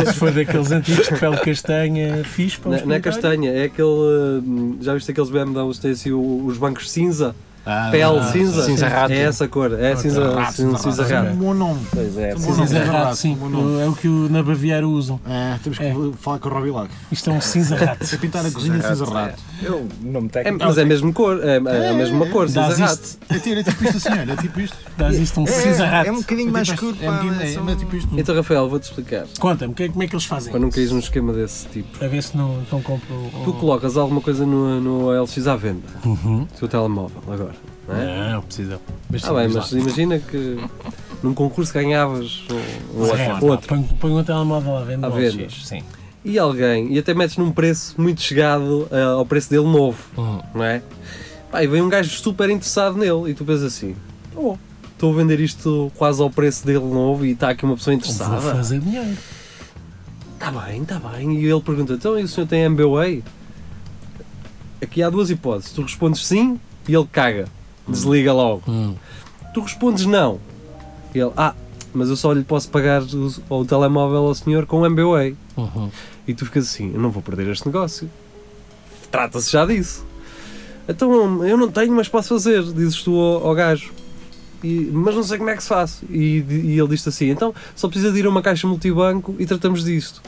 B: Se for daqueles antigos de pele castanha, fixe para
C: Não,
B: os
C: é- não é
B: comentários.
C: castanha, é aquele. hum, Já viste aqueles BMWs que têm assim o- os bancos cinza? Pele cinza?
D: cinza rato.
C: É essa cor, é cinza,
A: Rato,
C: cinza, cinza
A: Um
C: rato.
A: bom nome.
D: Pois é,
A: Um
D: pois
A: bom nome.
B: Cinza rato, sim.
A: Um bom nome.
B: É o que o- na Baviera usam.
A: É, temos que
B: É.
A: falar com o Robbie Lago.
B: Isto é um cinza rato.
A: Se pintar a cozinha de cinza rato.
D: é. Eu não me
C: É,
D: técnico.
C: mas é a mesma cor, é, é a mesma cor, cinza
B: Dás
C: rato.
B: isto,
A: É tipo- é tipo isto assim, olha, é tipo isto.
B: dás isto um cinza rato.
D: É um bocadinho mais escuro,
A: É um bocadinho- é- é tipo isto.
C: Então, Rafael, vou-te explicar.
B: Conta-me, que- como é que eles fazem?
C: Para não um- cair num esquema desse tipo.
B: A ver se não, não compro. um-
C: Tu colocas alguma coisa no, no LX à venda, no teu telemóvel, agora. Não é?
B: Não, precisa. Mas
C: Ah, bem, mas imagina que num concurso ganhavas um, um
B: É,
C: iPhone. outro.
B: Põe, põe um telemóvel à venda.
C: À
B: ou
C: venda.
B: X, Sim.
C: e alguém, e até metes num preço muito chegado ah, ao preço dele novo,
B: Uhum.
C: não é? Pá, e vem um gajo super interessado nele e tu pensas assim, oh, estou a vender isto quase ao preço dele novo e está aqui uma pessoa
B: Vou
C: interessada.
B: fazer dinheiro.
C: Está bem, está bem. E ele pergunta, então e o senhor tem MBWay? Aqui há duas hipóteses, tu respondes sim e ele caga, desliga logo.
B: Hum.
C: Tu respondes não. E ele, ah, mas eu só lhe posso pagar o, o telemóvel ao senhor com MBWay.
B: Uhum.
C: E tu ficas assim, eu não vou perder este negócio. Trata-se já disso. Então, eu não tenho, mas posso fazer, dizes tu ao, ao gajo. e- mas não sei como é que se faz. E, e ele disse assim: então só precisa de ir a uma caixa multibanco e tratamos disto.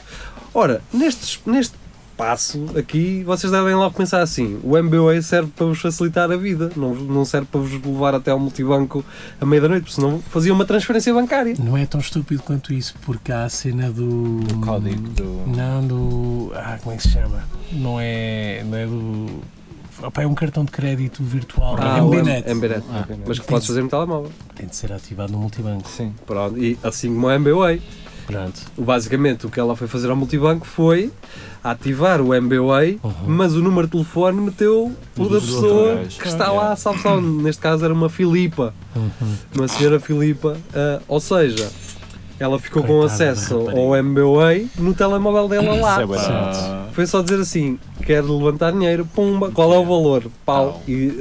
C: Ora, nestes, neste passo aqui, vocês devem logo pensar assim: o MBA serve para vos facilitar a vida, não, não serve para vos levar até ao multibanco à meia da noite, porque senão fazia uma transferência bancária.
B: Não é tão estúpido quanto isso, porque há a cena do.
D: O código do.
B: Não, do. Ah, como é que se chama? Não é. Não é do. Opa, é um cartão de crédito virtual.
C: Ah,
B: é
C: o
B: MBNet.
C: M- MBNet,
D: Ah.
C: ok. Mas que podes fazer no telemóvel.
B: Tem de ser ativado no multibanco.
D: Sim.
C: Pronto, e assim como o MBA.
B: Pronto.
C: O- Basicamente, o que ela foi fazer ao multibanco foi ativar o MBA,
B: Uhum.
C: mas o número de telefone meteu o da
D: dos
C: pessoa
D: outros.
C: que está lá, salve salve. Neste caso era uma Filipa,
B: Uhum.
C: uma senhora Filipa. ah, ou seja, ela ficou com
B: Coitada da
C: acesso ao
B: rapariga. é
C: MBA no telemóvel dela lá.
A: Ah,
C: Foi só dizer assim: quero levantar dinheiro, pumba, qual é o valor? Pau.
A: Pau.
C: E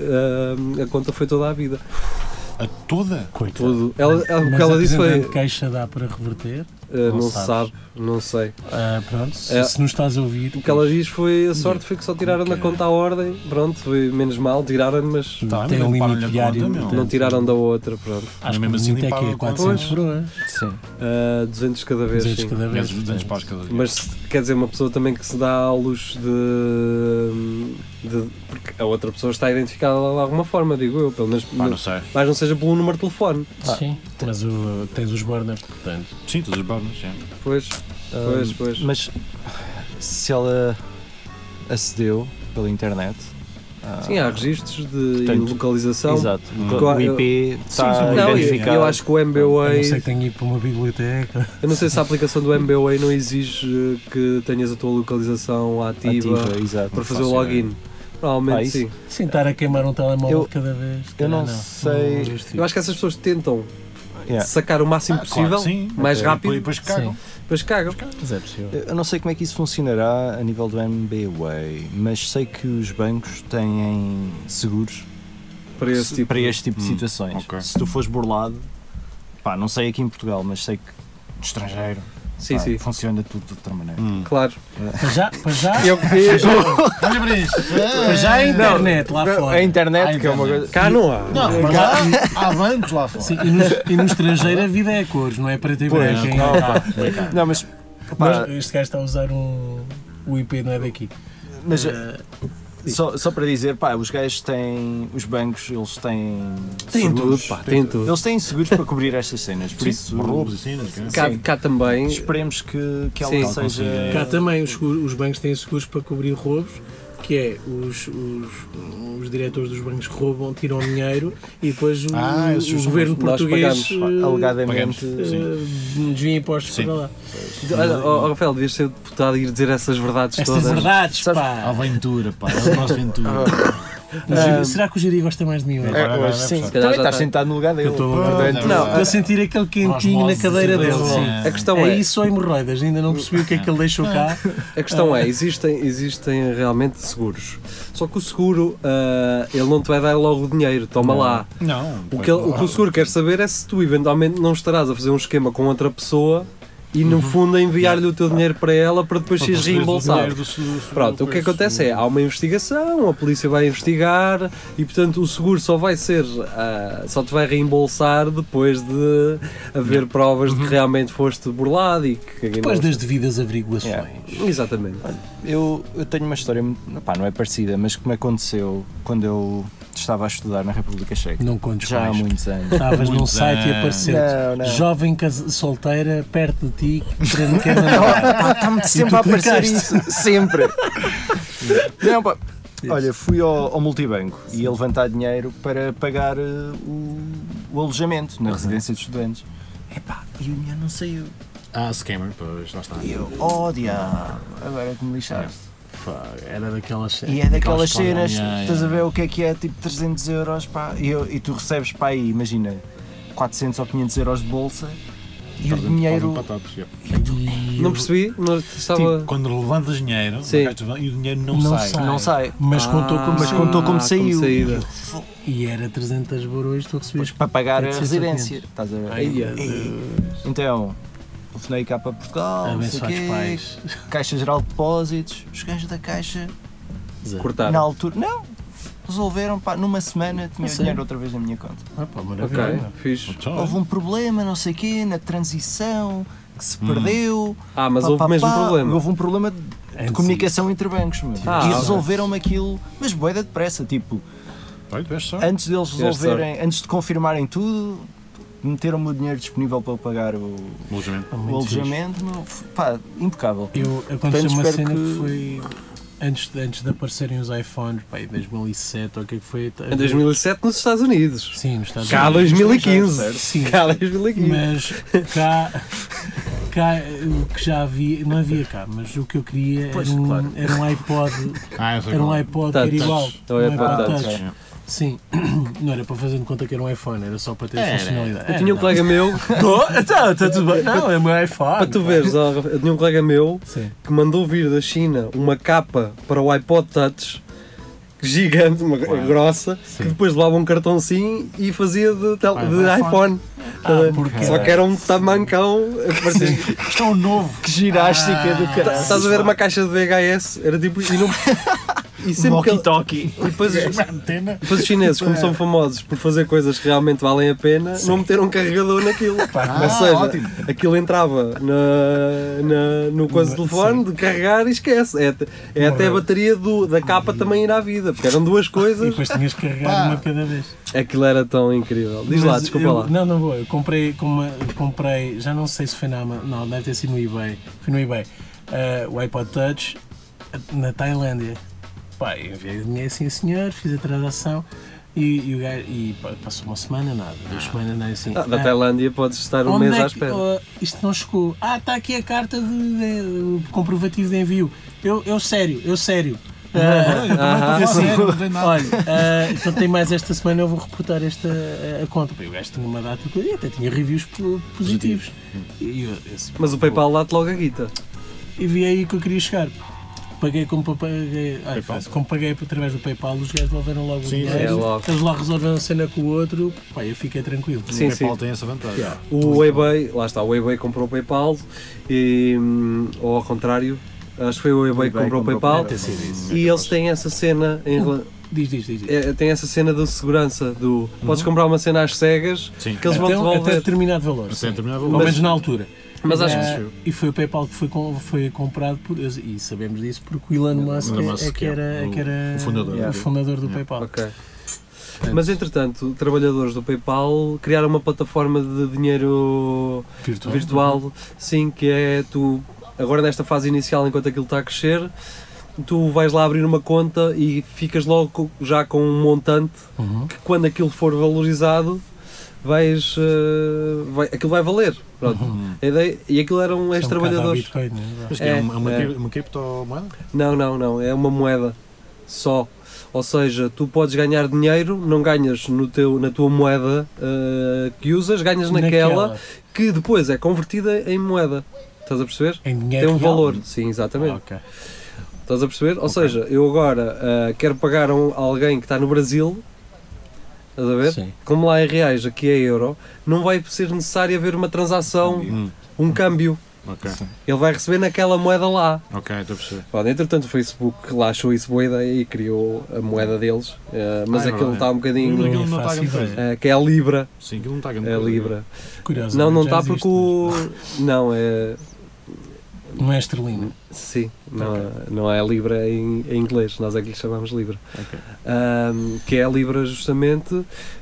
C: ah, a conta foi toda a vida.
A: a toda?
B: Coitado.
C: Tudo. Ela, ela- o
B: Mas
C: que ela
B: a
C: disse
B: primeira
C: foi:
B: de queixa dá para reverter.
C: ah, não
B: não
C: se sabe,
B: sabes.
C: não sei.
B: Ah, pronto. Se,
C: É.
B: se nos estás a ouvir.
C: O que ela diz foi a sorte foi que só tiraram da conta a ordem, pronto, foi menos mal, tiraram, mas
A: Tá,
B: tem
A: mas
B: um
A: limparam-lhe
B: limite
A: a
B: diário.
A: conta, meu.
B: portanto,
C: não tiraram da outra, pronto.
B: Acho que
A: Mesmo assim,
B: muito é que
A: limparam
B: é
A: a
B: 400
C: conta.
B: broas.
D: Sim.
C: Ah, 200 cada vez,
B: 200
C: sim.
B: cada vez.
A: Mas os dentes para os cada dia.
C: Mas se- quer dizer, uma pessoa também que se dá ao luxo de, de- Porque a outra pessoa está identificada de alguma forma, digo eu, pelo menos.
A: Pá, não sei.
C: mas não seja pelo número de telefone.
B: Sim. Ah, Mas o- tens os burners, portanto.
A: Sim, todas as barbas, sim. Ah,
C: Pois, pois,
D: Ahm,
C: pois.
D: Ah, Mas se ela acedeu pela internet. ah,
C: Sim, então há registros de
D: portanto,
C: localização.
D: Exato.
C: Claro,
D: O tá IP
A: sim,
D: está
A: sim.
C: Não, eu,
D: identificado.
C: eu acho que o
B: A
C: MBA
B: não ser que tenha ido para uma biblioteca.
C: Eu não sei se a aplicação do MBWay não exige eh, que tenhas a tua localização ativa,
D: ativa, exato.
C: para fazer o
A: faço
C: login. Provavelmente
D: Ah, isso?
C: sim.
B: Sim, estar a queimar um telemóvel
D: Eu-
B: de cada vez. se
D: eu não
B: calhar
D: sei-
B: justifica.
C: Eu acho que essas pessoas tentam
D: Yeah.
C: sacar o máximo
A: Ah,
C: possível,
A: claro que sim.
C: mais
A: Ok.
C: rápido,
A: E depois cagam.
C: depois cagam.
B: Mas é possível.
D: Eu não sei como é que isso funcionará a nível do MBWay, mas sei que os bancos têm seguros
C: Para esse tipo.
D: para este tipo de
A: Hum,
D: situações.
A: ok.
D: Se tu fores burlado, pá, não sei aqui em Portugal, mas sei que
A: Estrangeiro.
C: Sim,
D: pá,
C: sim.
D: funciona tudo de outra maneira.
C: Claro.
B: Para já, para já,
C: Eu, eu,
A: Olha para isto.
B: para
A: é.
B: já a internet lá fora.
D: A internet,
A: Ai,
D: que é uma
A: internet.
D: coisa.
C: cá não há.
A: Não, mas há- há bancos lá fora.
B: Sim, e, no, e no estrangeiro a vida é a cores, não é preto e
D: Pois,
B: branco. é
D: não,
B: em-
D: pá. Não, mas. pá,
B: Mas este gajo está a usar um. O IP não é daqui.
D: mas
B: Eh,
D: só, só para dizer, pá, os gajos têm. Os bancos, eles têm.
C: Tem tudo,
D: seguros.
C: pá, tem tudo.
D: Eles têm seguros para cobrir estas cenas, por isso.
A: roubos e
C: assim,
A: cenas. cara.
C: Cá,
D: sim.
C: cá também.
D: Esperemos que, que ela
C: Sim.
D: seja.
B: Cá também os, seguro- os bancos têm seguros para cobrir roubos, que é os, os, os diretores dos bancos roubam, tiram dinheiro e depois o,
A: Ah,
B: o
A: esses são os
B: governo
C: nós
B: português
C: pagamos,
B: eh,
A: Pagamos.
D: Alegadamente.
B: eh,
A: Sim.
B: desvia impostos
A: Sim.
B: para lá.
C: Olha, ó, ó, Rafael, devias ser deputado e ir dizer essas verdades
B: Estas
C: todas.
B: verdades,
C: Sabes-
A: A
B: pá!
A: Aventura, pá. É o nosso aventura.
B: O Giri- será que o Jiri gosta mais de mim? hoje?
D: É,
A: Agora
D: hoje
A: vai
D: sim.
A: puxar.
D: Também
C: Já
D: estás
C: tá.
D: sentado no lugar dele.
B: Eu estou no
D: Portanto,
B: lugar
A: dele.
D: não,
B: Vou sentir aquele quentinho na
A: Osmose,
B: cadeira
A: sim,
B: dele,
A: sim.
B: sim.
C: A questão
B: é
C: é,
B: isso ou hemorroidas? Ainda não percebi o que é que ele deixou cá.
C: A questão é, existem, existem realmente seguros. Só que o seguro, ah, ele não te vai dar logo o dinheiro, toma lá.
A: Não.
C: O
A: pá,
C: que, ele- o que o seguro quer saber é se tu eventualmente não estarás a fazer um esquema com outra pessoa e
A: Uhum.
C: no fundo a enviar-lhe o teu dinheiro para ela para depois seres
A: receberes o dinheiro
C: reembolsado.
A: do seguro- seguro
C: Pronto, o que
A: coisa,
C: acontece é,
A: seguro.
C: há uma investigação, a polícia vai investigar e portanto o seguro só vai ser, ah, só te vai reembolsar depois de haver provas
A: Uhum.
C: de que realmente foste burlado e que...
B: Depois das devidas averiguações.
C: Exatamente.
D: eu, eu tenho uma história, muito- pá, não é parecida, mas que me aconteceu quando eu estava a estudar na República Checa.
B: Não contes
D: É. Já há
B: mais.
D: muitos anos.
B: Estavas num
A: Muitos
B: site e
A: anos.
B: apareceu
D: Não, não.
B: jovem casa- solteira perto de ti, querendo é quer namorar.
D: Está-me Ah, sempre a aparecer isso. Sempre. Não, pá. Olha, fui ao, ao multibanco e ia levantar dinheiro para pagar eh, o, o alojamento na residência dos estudantes. Epá, e o dinheiro não saiu.
A: Ah, scammer, pois, lá está.
D: E eu, oh diabo, agora é que me lixaste.
B: Pá, Era daquelas
D: E é daquelas cenas,
A: yeah,
D: estás a ver o que é que é, tipo 300 euros, pá, e, eu- e tu recebes, pá, aí, imagina, 400 ou 500 euros de bolsa e o
A: um
D: dinheiro.
C: Não percebi, não estava...
A: Tipo, Quando levantas dinheiro,
C: Sim.
A: uma caixa de- e o dinheiro não,
B: Não
A: sai.
B: sai.
D: Não sai.
B: Mas contou como
D: Ah, mas
B: se-
D: contou como saiu.
C: Ah, saída.
B: E era 300 borões, tu recebias.
D: Para pagar a
B: 400 ou
D: residência, estás a ver?
B: Ai,
D: Ei, Então, telefonei cá para Portugal, não sei
B: Abençoados
D: quê,
B: pais.
D: Caixa Geral de Depósitos, os gajos da Caixa,
C: Cortar.
D: na altura. Não! Resolveram, pá, numa semana tinha
B: sério?
D: dinheiro outra vez na minha conta.
B: Ah, pá,
C: Ok,
B: maravilha.
C: fixe.
D: Houve um problema, não sei quê, na transição, que se perdeu.
C: Ah, mas
D: pá,
C: houve
D: pá,
C: mesmo
D: pá.
C: problema.
D: Houve um problema
B: É
D: de, de
B: si.
D: comunicação entre bancos, meu.
C: Ah,
D: e
C: ok.
D: resolveram-me aquilo, mas boeda depressa, tipo,
A: Olha, vês só.
D: antes deles
C: Yes, sir.
D: resolverem, antes de confirmarem tudo, meteram-me o dinheiro disponível para eu pagar o,
A: Alojamento.
D: o
B: Muito fixe.
D: alojamento, meu. F- pá, impecável.
B: Eu, aconteceu uma
D: espero
B: cena que...
D: que-
B: foi antes, de- antes de aparecerem os iPhones, pá, em 2007 ou o que é que foi?
C: Em 2007 nos Estados Unidos.
B: Sim, nos Estados
C: Cá
B: Unidos.
C: 2015.
B: Sim.
C: Cá 2015.
B: Mas cá, cá o que já havia, não havia cá, mas o que eu queria
C: Pois,
B: era, um,
C: claro.
B: era um iPod,
A: Ah, eu sei
B: era um
A: qual.
B: iPod que
C: Touch.
B: era igual.
C: É o
B: um
C: iPod Touch.
A: É.
B: Sim, não era para fazer de conta que era um iPhone, era só para ter
A: Era.
B: funcionalidade.
C: Eu tinha um
B: Era,
C: colega meu,
B: não. Então, está tudo bem. Não, é meu iPhone.
C: para tu veres, ó, Rafa, eu tinha um colega meu
B: Sim.
C: que mandou vir da China uma capa para o iPod Touch gigante, uma grossa, que depois levava um cartãozinho e fazia de, tel- de iPhone. Tá Só que era um tamancão, parecia
A: Isto é um novo.
D: Que girástica
C: Ah,
D: do cara.
C: Estás a ver uma caixa de VHS? Era tipo. E, não- e sempre que. ele-
D: Walkie-talkie.
C: E depois, os-
A: Uma antena.
C: depois os chineses, como são famosos por fazer coisas que realmente valem a pena, não meteram um carregador naquilo. Ou seja,
A: ótimo.
C: aquilo entrava na, na- no coisa do telefone de carregar e esquece. É, até- é até a bateria do- da capa também ir à vida, porque eram duas
B: Uhum. E
C: coisas.
B: depois tinhas que carregar uma cada vez.
C: Aquilo era tão incrível. Diz lá,
B: Mas
C: desculpa
B: eu-
C: lá.
B: Não, não vou. Eu comprei, como, comprei, já não sei se foi na Amazon, não, deve ter sido no eBay. Foi no eBay. Ah, o iPod Touch eh, na Tailândia. Pá, eu enviei o dinheiro assim, senhor, fiz a transação e, e o gajo. E pá, passou uma semana, nada, duas semanas, nada assim.
C: Ah, da
B: "Ah,
C: Tailândia podes estar um
B: onde
C: mês
B: é
C: à
B: que-
C: espera.
B: oh, isto não chegou. Ah, está aqui a carta de, de- de comprovativo de envio. Eu, eu sério, eu sério. Ah,
C: Aham.
B: eu sério.
A: não tem nada.
B: Olha, ah, então tem mais esta semana, eu vou reportar esta ah, a conta. Pá, O gajo tinha uma data e até tinha reviews po- positivos. E eu, esse-
C: Mas o PayPal lá-te logo a guita.
B: e vi aí que eu queria chegar. Paguei como pa- paguei, ai, faço, como paguei através do PayPal, os gajos devolveram logo o dinheiro.
C: é logo.
B: Eles lá resolveram a cena com o outro, pá, eu fiquei tranquilo.
C: Sim,
A: O
C: sim.
A: PayPal tem essa vantagem.
C: O eBay, lá está, o eBay comprou o PayPal, e, hum, ou ao contrário, acho que foi o eBay que comprou o PayPal.
B: Deve ter sido isso.
C: E eles têm essa cena em rela-
B: Diz, diz, diz. diz.
C: é, têm essa cena de segurança do podes comprar uma cena às cegas
A: Sim.
C: que eles vão
B: até, Então, até
C: devolver.
B: determinado valor.
A: Até
B: sim.
A: determinado
B: Ao
A: valor.
B: menos na altura.
C: Mas acho
B: Eh,
C: que
B: e foi o PayPal que foi, com- foi comprado por. E sabemos disso porque o Elon Musk,
A: Elon
B: é-
A: Musk,
B: é, que era, é que era
A: o fundador.
B: o fundador do PayPal.
C: Ok. Mas entretanto, trabalhadores do PayPal criaram uma plataforma de dinheiro
B: Virtual.
C: virtual, sim, que é tu, agora nesta fase inicial, enquanto aquilo está a crescer, tu vais lá abrir uma conta e ficas logo co- já com um montante
B: Uhum.
C: que quando aquilo for valorizado, vais, eh, vai- aquilo vai valer. Pronto. A ideia- e aquilo eram
B: Uhum. Isso é um bocado à
C: ex-trabalhadores.
B: Bitcoin, não é?
A: Mas que é,
C: É,
A: uma, uma,
C: é.
A: cri- uma criptomoeda?
C: Não, não, não. É uma moeda só. Ou seja, tu podes ganhar dinheiro, não ganhas no teu, na tua moeda eh, que usas, ganhas
B: é
C: naquela, que depois é convertida em moeda. Estás a perceber?
B: Em
C: Tem
B: dinheiro
C: um
B: É real.
C: valor. Sim,
B: Ah,
C: exatamente.
B: ok.
C: Estás a perceber? Ou seja, eu agora eh, quero pagar a um- alguém que está no Brasil, estás a ver?
B: Sim.
C: Como lá é reais, aqui é euro, não vai ser necessário haver uma transação, um câmbio.
A: Ok,
C: Ele vai receber naquela moeda lá.
A: ok, estou a perceber.
C: Pronto, entretanto o Facebook lá achou isso boa ideia e criou a moeda deles, eh, mas
A: Ah, é
C: aquilo
A: verdade.
C: está um
A: Mas
C: bocadinho.
A: aquilo não está a
B: faço
A: grande coisa.
C: eh, que é a Libra.
A: Sim, aquilo não está a grande
C: É a
A: coisa.
C: Libra.
B: Curioso.
C: Não, não
B: já
C: está
B: existe, um-
C: porque o. Não, é.
B: mas Não é estrelina.
C: Sim, não, é- não é Libra em, em inglês, nós é que lhe chamamos Libra.
A: Ok.
C: Ahm, que é a Libra justamente,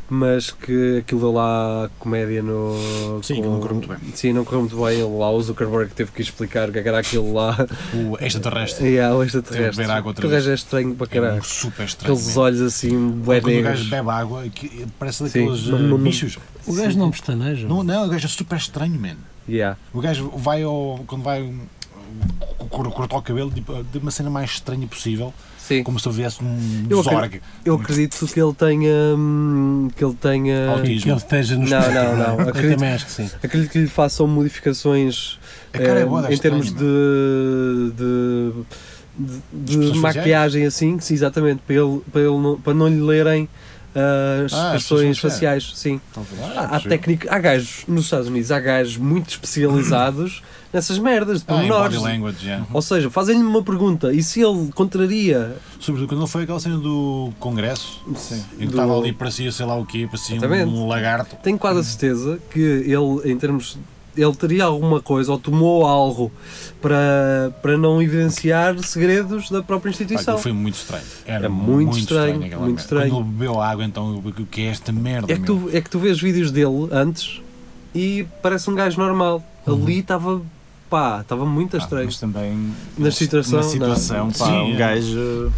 C: mas que aquilo deu lá comédia no.
A: Sim, aquilo não correu muito bem.
C: Sim, não correu muito bem. Ele lá, o Zuckerberg teve que explicar o que é que era aquilo lá.
A: O extraterrestre.
C: e há o extraterrestre.
A: Teve que beber água outra
C: Tu
A: vez.
C: é estranho para
A: É
C: caralho.
A: um super estranho.
C: Aqueles
A: mesmo.
C: olhos assim, bué
A: Quando o
C: negros.
A: gajo bebe água, que- parece
C: Sim.
A: daqueles
C: Não- não-
A: eh, bichos.
B: O gajo não pestaneja.
A: Não, não, o gajo é super estranho, man.
C: Yeah.
A: O gajo vai ao. Quando vai. um, um, cor- Cortar o cabelo tipo, de uma cena mais estranha possível,
C: Sim.
A: como se houvesse um
C: Eu
A: Zorg.
C: Eu acredito que ele tenha. hum, que ele tenha.
A: Autismo.
B: Que ele esteja nos
C: Não, não, não.
B: Eu
C: Acredito-
B: também acho que sim.
C: Acredito que lhe façam modificações
A: A cara é
C: eh,
A: boa, dá
C: em termos
A: estranho,
C: de. de de- de
A: pessoas faciais?
C: maquiagem assim, sim, exatamente, para, ele, para, ele não, para não lhe lerem ah, as
A: Ah,
C: expressões
A: expressões
C: faciais. Sim. Ah, Há, há
A: Ah, sim.
C: técnica, há gajos nos Estados Unidos, há gajos muito especializados nessas merdas de
A: Ah, em body
C: pormenores.
A: language, já.
C: Ou seja, fazem-lhe uma pergunta e se ele contraria.
A: Sobretudo quando ele foi aquela cena do Congresso, em que
C: Do-
A: estava ali, parecia sei lá o quê, parecia
C: Exatamente.
A: um lagarto.
C: Tenho quase a certeza que ele, em termos. Ele teria alguma coisa ou tomou algo para, para não evidenciar segredos da própria
A: Pá, aquilo
C: instituição.
A: foi muito estranho. Era
C: É muito
A: muito,
C: estranho,
A: estranho, aquela
C: muito
A: merda.
C: estranho.
A: Quando ele bebeu água, então, o que é esta merda?
C: É que,
A: meu?
C: tu, é que tu vês vídeos dele antes e parece um gajo normal. Ali estava. pá, estava muito
D: Ah,
C: estranho.
D: Mas também
C: Na situação, é?
D: na situação
A: não.
D: pá,
A: Sim,
D: um
A: é.
D: gajo
B: Eu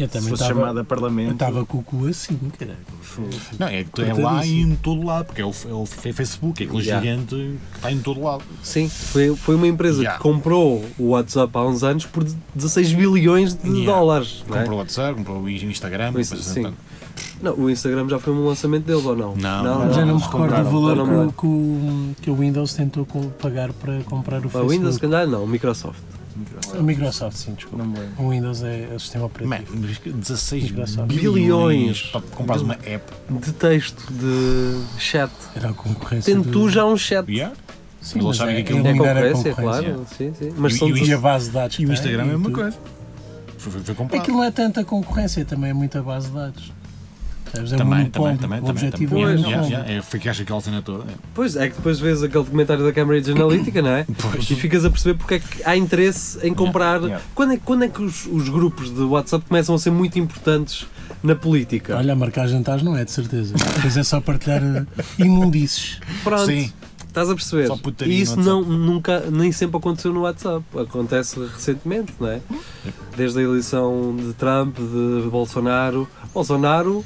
D: se
B: também
D: fosse chamado
B: estava.
D: a parlamento.
B: Eu estava com o cu assim, caralho.
A: Não, é, que é
B: Portanto,
A: lá
B: isso.
A: e em todo lado, porque é o, é o fe- Facebook, é aquele
C: Yeah.
A: gigante que está em todo lado.
C: Sim, foi, foi uma empresa
A: Yeah.
C: que comprou o WhatsApp há uns anos por 16 bilhões de
A: Yeah.
C: dólares. não é?
A: Comprou o WhatsApp, comprou o Instagram,
C: Isso,
A: depois, então,
C: sim.
A: portanto,
C: Não, o Instagram já foi um lançamento deles ou não?
A: Não,
B: Mas Já não me recordo
D: Eles
B: do
D: compraram,
B: valor
C: compraram
B: que o- que, o, que o Windows tentou co- pagar para comprar o
C: A
B: Facebook.
C: Windows, se calhar, não, o Microsoft.
B: A Microsoft, sim, desculpa.
D: Não me lembro.
B: O Windows é o sistema
A: Man,
B: operativo.
A: mas que 16
B: Engraçado.
C: Bilhões.
A: bilhões para comprares uma app.
C: De texto, de chat.
B: Era a concorrência.
C: Tendo
B: do-
C: tu já um chat.
A: Yeah?
B: Sim,
A: Eles
B: mas
A: sabem
B: é,
A: que aquilo
B: ainda
C: É
B: era
C: concorrência, claro.
A: concorrência.
C: Sim, sim. Mas
A: E-
C: são
A: e o
B: E a
C: todos-
B: base de dados.
A: E
B: que
A: o
B: tem,
A: Instagram é a
B: e
A: mesma
B: tudo.
A: coisa. Foi, foi, foi comprado.
B: Aquilo não é tanta concorrência, também é muita base de dados. Sabes, é um
A: Também,
B: monopólio.
A: também, também.
B: O objetivo
A: também,
B: é
A: também.
B: um
C: Pois,
A: Yeah,
B: monopólio.
A: yeah, yeah. É, Foi que acha aquela cena toda. é.
C: Pois é, que depois vês aquele documentário da Cambridge Analytica, não é?
A: Pois.
C: E ficas a perceber porque é que há interesse em comprar.
D: yeah.
C: Quando, é, quando é que os, os grupos de WhatsApp começam a ser muito importantes na política?
B: Olha, marcar jantares não é de certeza. Depois é só partilhar eh, imundices.
C: Pronto.
A: Sim.
C: Estás a perceber?
A: Só putaria
C: E isso
A: no
C: não, nunca, nem sempre aconteceu no WhatsApp. Acontece recentemente, não é? Desde a eleição de Trump, de Bolsonaro. Bolsonaro,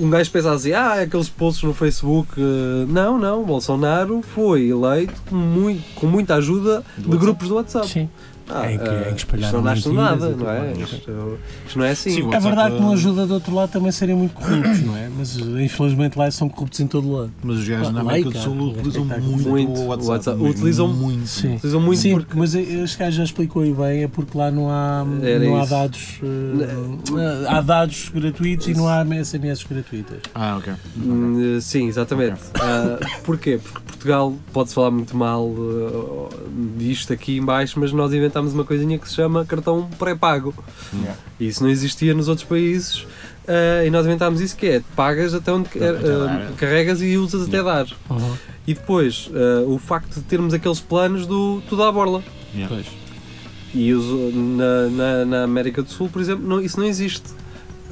C: um gajo pensa assim: ah, aqueles posts no Facebook. eh, Não, não. Bolsonaro foi eleito com, muito, com muita ajuda de grupos do WhatsApp.
B: Sim.
C: Ah,
B: Em que-
C: eh,
B: em que espalharam
C: isto não nasce do nada,
B: mentiras e
C: não é?
B: tudo mais.
C: Isto, isto não é assim.
A: Sim, o
B: É verdade
A: WhatsApp,
B: que não ajuda do outro lado também serem muito corruptos, não é? Mas eh, infelizmente lá são corruptos em todo lado.
A: Mas os gajos
B: Ah,
A: na
B: lá
A: América
B: e
A: do
B: cá.
A: Sul utilizam
B: Muito,
A: muito o
C: o
A: WhatsApp.
C: WhatsApp.
A: mesmo,
C: Utilizam-
A: muito.
B: Sim.
C: Utilizam muito
B: Sim,
C: porque-
B: mas eh, este gajo já explicou aí bem, é porque lá não há,
C: Era
B: não há
C: isso.
B: dados. eh, há dados gratuitos e não há SMS gratuitas.
A: Ah, ok.
C: Hum, Sim, exatamente. Ah, porquê? Porque Portugal pode-se falar muito mal ah, disto aqui em baixo, mas nós inventámos uma coisinha que se chama cartão pré-pago.
D: Yeah.
C: E Isso não existia nos outros países ah, e nós inventámos isso que é, pagas até onde quer,
A: Até
C: ah,
A: dar.
C: carregas e usas até dar. E depois ah, o facto de termos aqueles planos do tudo à borla.
A: Yeah.
B: Pois.
C: E os- na, na- na América do Sul, por exemplo, não- isso não existe.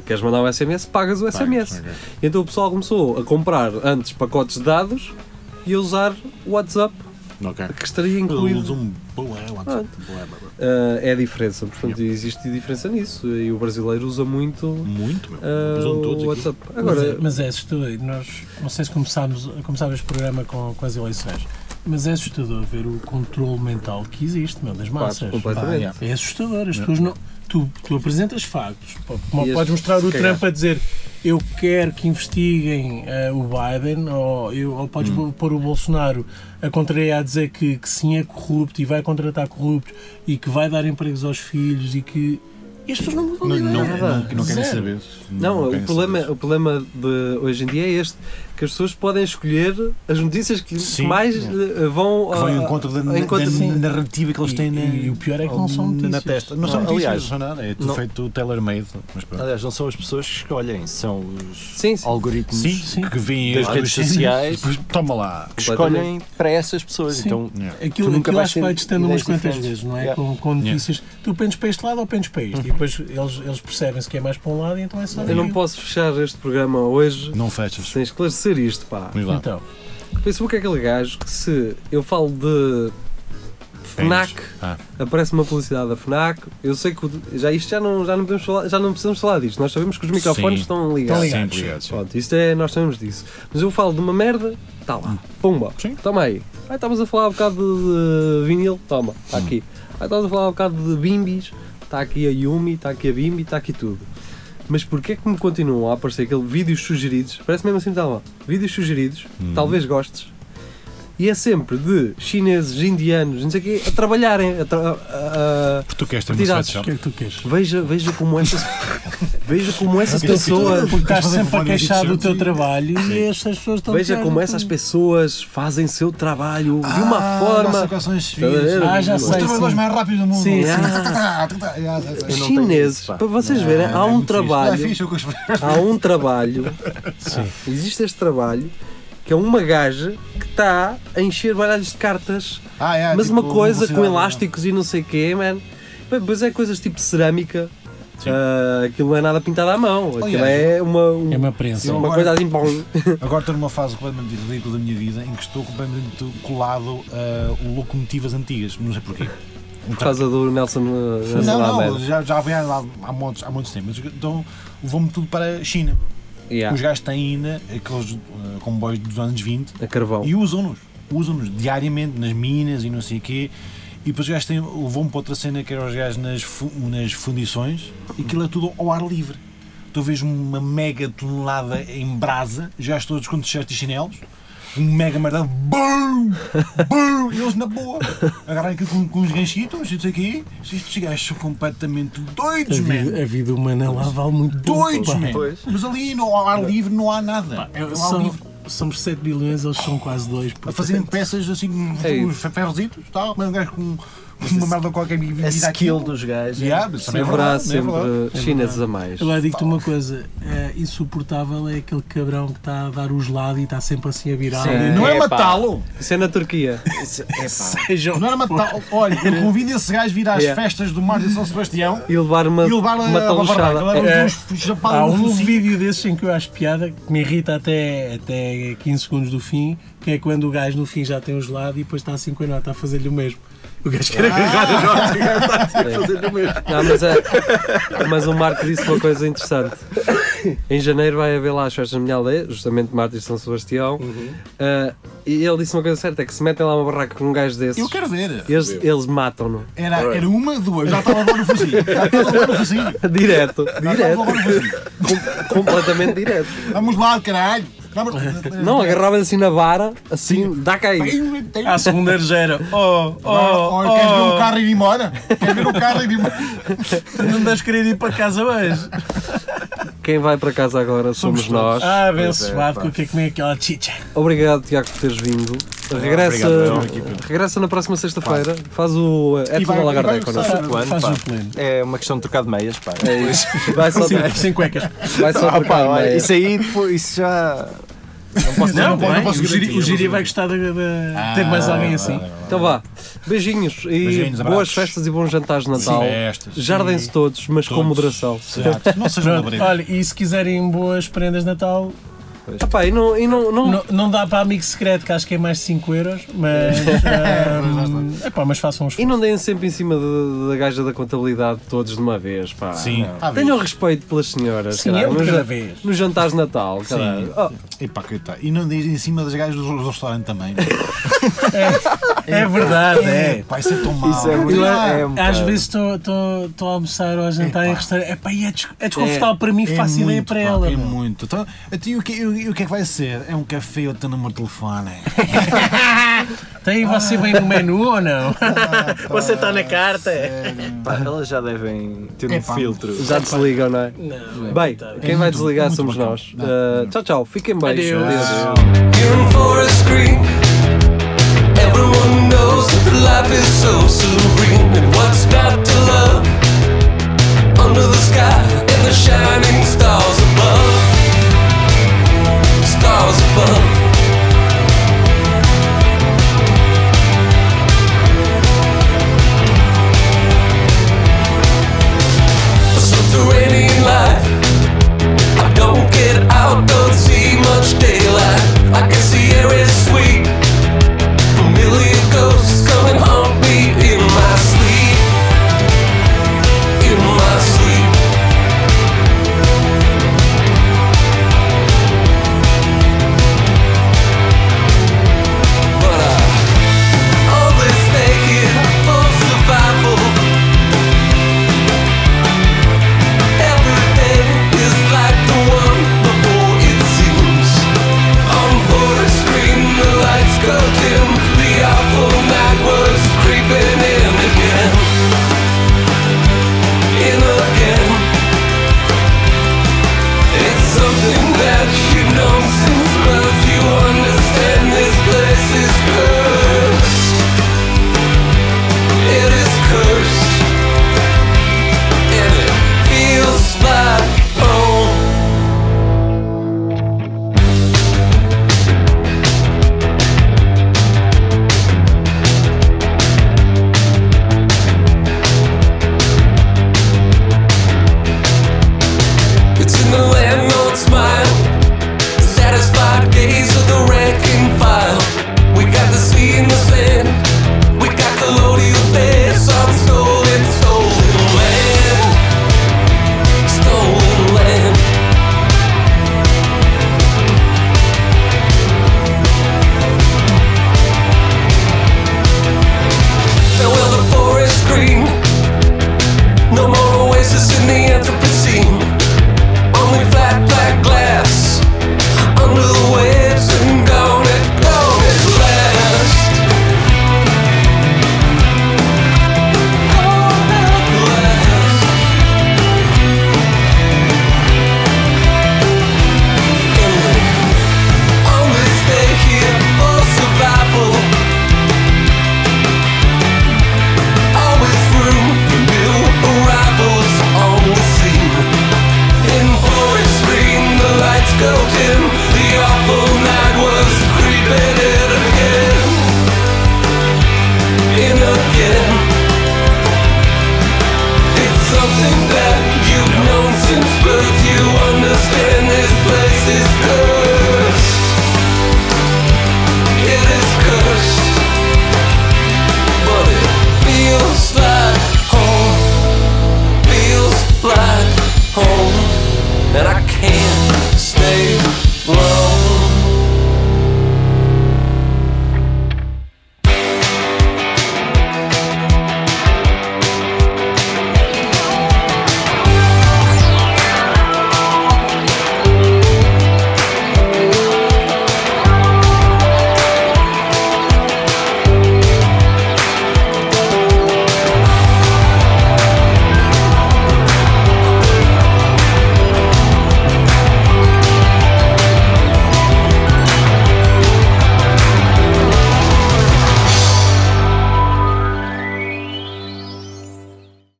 C: Queres mandar um SMS, pagas o SMS.
A: ok.
C: Então o pessoal começou a comprar antes pacotes de dados e a usar o WhatsApp,
A: Ok.
C: que estaria
A: Eles
C: incluído.
A: usam bué WhatsApp. bué, bué, bué.
C: Ah, é a diferença, portanto, existe diferença nisso. E o brasileiro usa muito
A: Muito, meu.
C: ah,
A: Usam todos
C: o
A: aqui.
C: WhatsApp.
B: Mas,
C: Agora,
B: é- mas é assustador. Nós, não sei se começámos, começámos este programa com, com as eleições, mas é assustador ver o controle mental que existe, meu, das massas.
C: completamente.
B: Pá, é assustador. As pessoas não. Tu, tu apresentas factos. Pô, Como
C: E as-
B: podes mostrar
C: se
B: o
C: cagar.
B: Trump a dizer eu quero que investiguem eh, o Biden, ou, eu, ou podes
C: Hum.
B: pôr o Bolsonaro a contrariar a dizer que, que sim é corrupto e vai contratar corruptos e que vai dar empregos aos filhos e que. E as pessoas não mudam
A: Não,
B: de
A: não,
B: ideia.
A: não, não querem
B: Zero.
A: saber.
C: não,
A: querem
C: o, problema, é
A: saber.
C: o problema de hoje em dia é este: que as pessoas podem escolher as notícias que
A: Sim.
C: mais eh, vão
A: Que vai ao encontro da,
C: ao encontro-
A: da
C: Sim.
A: narrativa que eles
B: E-
A: têm na,
B: e o pior é que não são
A: na
B: notícias.
A: testa. Não são
D: Não,
A: notícias,
D: aliás,
A: não são nada. É tudo
C: não.
A: feito tailor-made. Mas pronto.
D: Aliás, não são as pessoas que escolhem, são os
C: Sim, sim.
D: algoritmos
A: Sim,
B: sim.
A: que vêm
D: Das
A: as
D: redes
A: tuas
D: sociais.
A: cenas, depois Toma lá.
D: que escolhem para essas pessoas.
B: Sim. é?
D: Então,
A: Yeah.
D: Tu
B: Aquilo,
D: nunca
B: aquilo
D: vais
B: acho
D: ter
B: que vai testando umas
D: ideias
B: quantas
D: diferentes.
B: vezes, não é?
D: Yeah.
B: Com, com notícias. Tu pendes para este lado ou pendes para este? E depois eles, eles percebem-se que é mais para um lado e então é só.
C: Eu não
B: aquilo.
C: posso fechar este programa hoje
A: Não fechas.
C: sem esclarecer isto, pá.
A: Vamos lá.
B: Então,
C: O Facebook é aquele gajo que se eu falo de FNAC,
A: Ah.
C: aparece uma publicidade da FNAC, eu sei que o- já, isto já não, já, não podemos falar, já não precisamos falar disto, nós sabemos que os microfones
A: Sim.
C: estão
B: Estão
C: ligados.
B: ligados.
A: Sempre ligados. sim.
C: Pronto, isto é, nós sabemos disso. Mas eu falo de uma merda, está lá, pumba,
A: Hum. Sim.
C: toma aí. Ah, estavas a falar um bocado de, de vinil, toma, está
A: Hum.
C: aqui. Ah, estavas a falar um bocado de bimbis, está aqui a Yumi, está aqui a bimbi, está aqui tudo. Mas porquê que me continuam a
A: Hum.
C: tá aparecer aquele vídeos sugeridos? Parece mesmo assim, está lá, vídeos sugeridos, talvez gostes. E é sempre de chineses, indianos, não sei o quê, a trabalharem. A tra- a- a-
A: Porque tu queres ter uma
C: Partidados,
B: O
A: sweatshop.
B: que é que tu queres?
C: Veja, veja como essa, veja como essas pessoas.
B: Porque estás
A: fazer
B: sempre a
A: vários
B: queixar do
A: t-shirts
B: teu
A: e-
B: trabalho e estas pessoas estão
C: Veja
B: a
C: como
B: tirar
C: essas
B: tudo.
C: pessoas fazem seu trabalho de uma
A: Ah, nossa,
C: forma. Tá
A: equações
C: a ver?
A: fixas.
B: Ah, já
A: Os
B: sei,
A: trabalhadores
B: sim.
A: mais rápidos do mundo.
B: Sim, sim.
A: Ah, já sei, sei.
C: Os
D: não tenho
C: chineses,
D: isso, pá.
C: para É vocês verem, há um
A: É
C: trabalho.
A: fixe, eu gosto de-
C: Há um trabalho. Existe este trabalho que é uma gaja que está a encher baralhos de cartas
A: Ah, é,
C: mas
A: tipo,
C: uma coisa com
A: velocidade, é.
C: elásticos e não sei o quê, man. Bem, Pois é, coisas tipo cerâmica. Ah, aquilo não é nada pintado à mão. Aquilo
A: Aliás,
C: é uma, um-
B: É uma
C: uma,
B: prensa.
A: Eu agora-
C: coisa assim. Bom.
A: Agora estou numa fase completamente ridícula da minha vida em que estou completamente colado a locomotivas antigas, não sei porquê.
C: Por causa do Nelson uh, Nelson
A: Não, não,
C: Mandela.
A: já, já vem há, há, montes, há montes de tempo. mas Então levou-me tudo para a China.
C: Yeah,
A: Os gajos têm ainda aqueles eh, comboios dos anos 20
C: A carvão.
A: e usam-nos. Usam-nos diariamente nas minas e não sei o quê. E depois os gajos têm- levou-me para outra cena que era os gajos nas, fu- nas fundições e aquilo é tudo ao ar livre. Tu vês uma mega tonelada em brasa, os gajos todos com t-shirts e chinelos, um mega merdão, BUM! BUM! E eles na boa, agarram aquilo com, com uns ganchitos, não sei o quê. Estes gajos são completamente
B: A
A: doidos, man!
B: vida, a vida humana lá vale muito pouco,
A: Doidos,
B: é, pá.
A: man!
D: Pois.
A: Mas ali no ao ar livre não há nada.
B: É,
A: Ao ar
B: são,
A: livre
B: somos 7 bilhões, eles são quase 2.
A: a fazerem peças assim, uns
C: É
A: uns ferrozitos, tal, mas um gajo com com uma merda qualquer me
D: A
A: vira
D: É skill
A: aquilo.
D: dos gajos.
A: Yeah, mas também é
C: Haverá
A: verdade, não é
C: sempre
A: verdade.
C: uh, chineses a mais.
B: Agora digo-te uma coisa: é, insuportável é aquele cabrão que está a dar os lados e está sempre assim a virar.
C: eh,
D: Sim.
B: E
A: Não é
D: Epá.
A: matá-lo!
C: Isso é na Turquia.
D: Isso- epá.
B: Sejam.
A: Não era matá-lo! Olha, eu convido esse gajo a vir às
C: Yeah.
A: festas do Mar de São Sebastião
C: E levar uma,
A: e levar a-
C: uma
A: a
C: taluchada.
A: barraca, levar
B: É.
A: uns chapados
B: Há
A: no
B: um
A: focinho.
B: vídeo desses em que eu acho piada que me irrita até, até 15 segundos do fim, que é quando o gajo no fim já tem um gelado e depois está assim com a nota a fazer-lhe o mesmo. O gajo quer agarrar a nota e o gajo está assim a fazer o mesmo.
C: Não, mas, é, mas o Marco disse uma coisa interessante. Em janeiro vai haver lá as festas da minha aldeia, justamente Marte e São Sebastião.
A: Uhum.
C: Ah, e ele disse uma coisa certa: é que se metem lá uma barraca com um gajo desses,
A: é Eu quero ver!
C: eles, eles matam-no.
A: Era, era uma, duas, já estava a levar no focinho! Já estava a levar no focinho!
C: Direto.
A: Já estava a
C: Direto.
A: levar no focinho!
C: Com- completamente direto.
A: Vamos lá, caralho! Vamos-
C: Não, agarrava-lhe assim na vara, assim, dá cá aí.
B: À segunda gera. Oh, oh,
A: Olha,
B: oh,
A: queres ver o carro e ir embora? Queres ver o carro e ir embora?
B: Não deves querer ir para casa hoje.
C: Quem vai para casa agora somos, nós.
B: Ah, abençoado, com o que é que vem aquela chicha.
C: Obrigado, Tiago, por teres vindo. Regressa,
D: obrigado, João.
C: regressa na próxima sexta-feira. Faz o. É
A: E
C: tudo
A: vai-
C: a
A: e vai
C: lagardeia
A: gostar.
C: connosco.
D: Faz o plano,
B: Faz um
D: pá.
B: o plano.
D: É uma questão de trocar de meias,
A: É
D: pá.
C: Vai só,
B: Sim, sem cuecas.
C: vai só
D: Ah, pá,
C: trocar
D: olha,
C: de meia.
D: isso aí depois, isso já.
B: Não,
A: não
B: bem,
A: posso
B: o Giri-
A: garantir,
B: o
A: não
B: Giri
A: posso Ah,
B: vai gostar de, de ter mais alguém assim.
C: Então vá. Beijinhos e
A: Beijinhos,
C: boas
A: abraços.
C: festas e bons jantares de Natal.
A: Festas.
C: Jardem-se todos, mas com
A: Todos.
C: moderação.
A: Certo. Não sejam
B: Pronto,
A: labregos.
B: olha, e se quiserem boas prendas de Natal,
C: Ah, pá, e não, e não, não,
B: não, não dá para amigo secreto, que acho que é mais de 5 euros, mas. hum, epá, mas façam uns.
C: E não deem sempre em cima de- da gaja da contabilidade todos de uma vez, pá.
A: Sim. Ah,
C: Tenham respeito pelas senhoras,
B: Sim,
C: caralho,
B: eu de
C: nos
B: cada
C: ja-
B: vez.
C: Nos jantares de Natal, caralho. Oh,
A: E pá, Ah, coitado. E não diz em cima das gajas do, do restaurante também.
B: É verdade, é.
A: Vai ser tão mal.
D: Isso é muito.
B: Eu,
D: é
B: às
D: um bocado-
B: vezes estou- estou estou a almoçar ou a jantar em restaurante. Epá, e é, des- é desconfortável para mim,
A: É
B: faço ideia
A: muito,
B: para
A: pá,
B: ela.
A: É
B: meu.
A: muito. Então, então, e, o que, e o que é que vai ser? É um café ou teu número de telefone?
B: Tem você bem no menu ou não? você está na carta?
D: Pá, elas já devem ter um
A: Epá.
D: filtro.
C: já desligam, não é?
B: Não.
C: Bem,
B: coitado.
C: quem vai
A: muito-
C: desligar
A: é muito
C: somos
A: bacana.
C: nós.
A: Não,
C: Uh, tchau, tchau. Fiquem bem.
B: Adeus.
C: Adeus.
G: in for a scream. Everyone knows that the life is so serene. And what's not to love? Under the sky and the shining stars above. Stars above. A subterranean life. I don't get out, don't see much daylight. I guess the air is sweet. Familiar ghosts come and haunt me in my sleep. In my sleep. uh,
C: days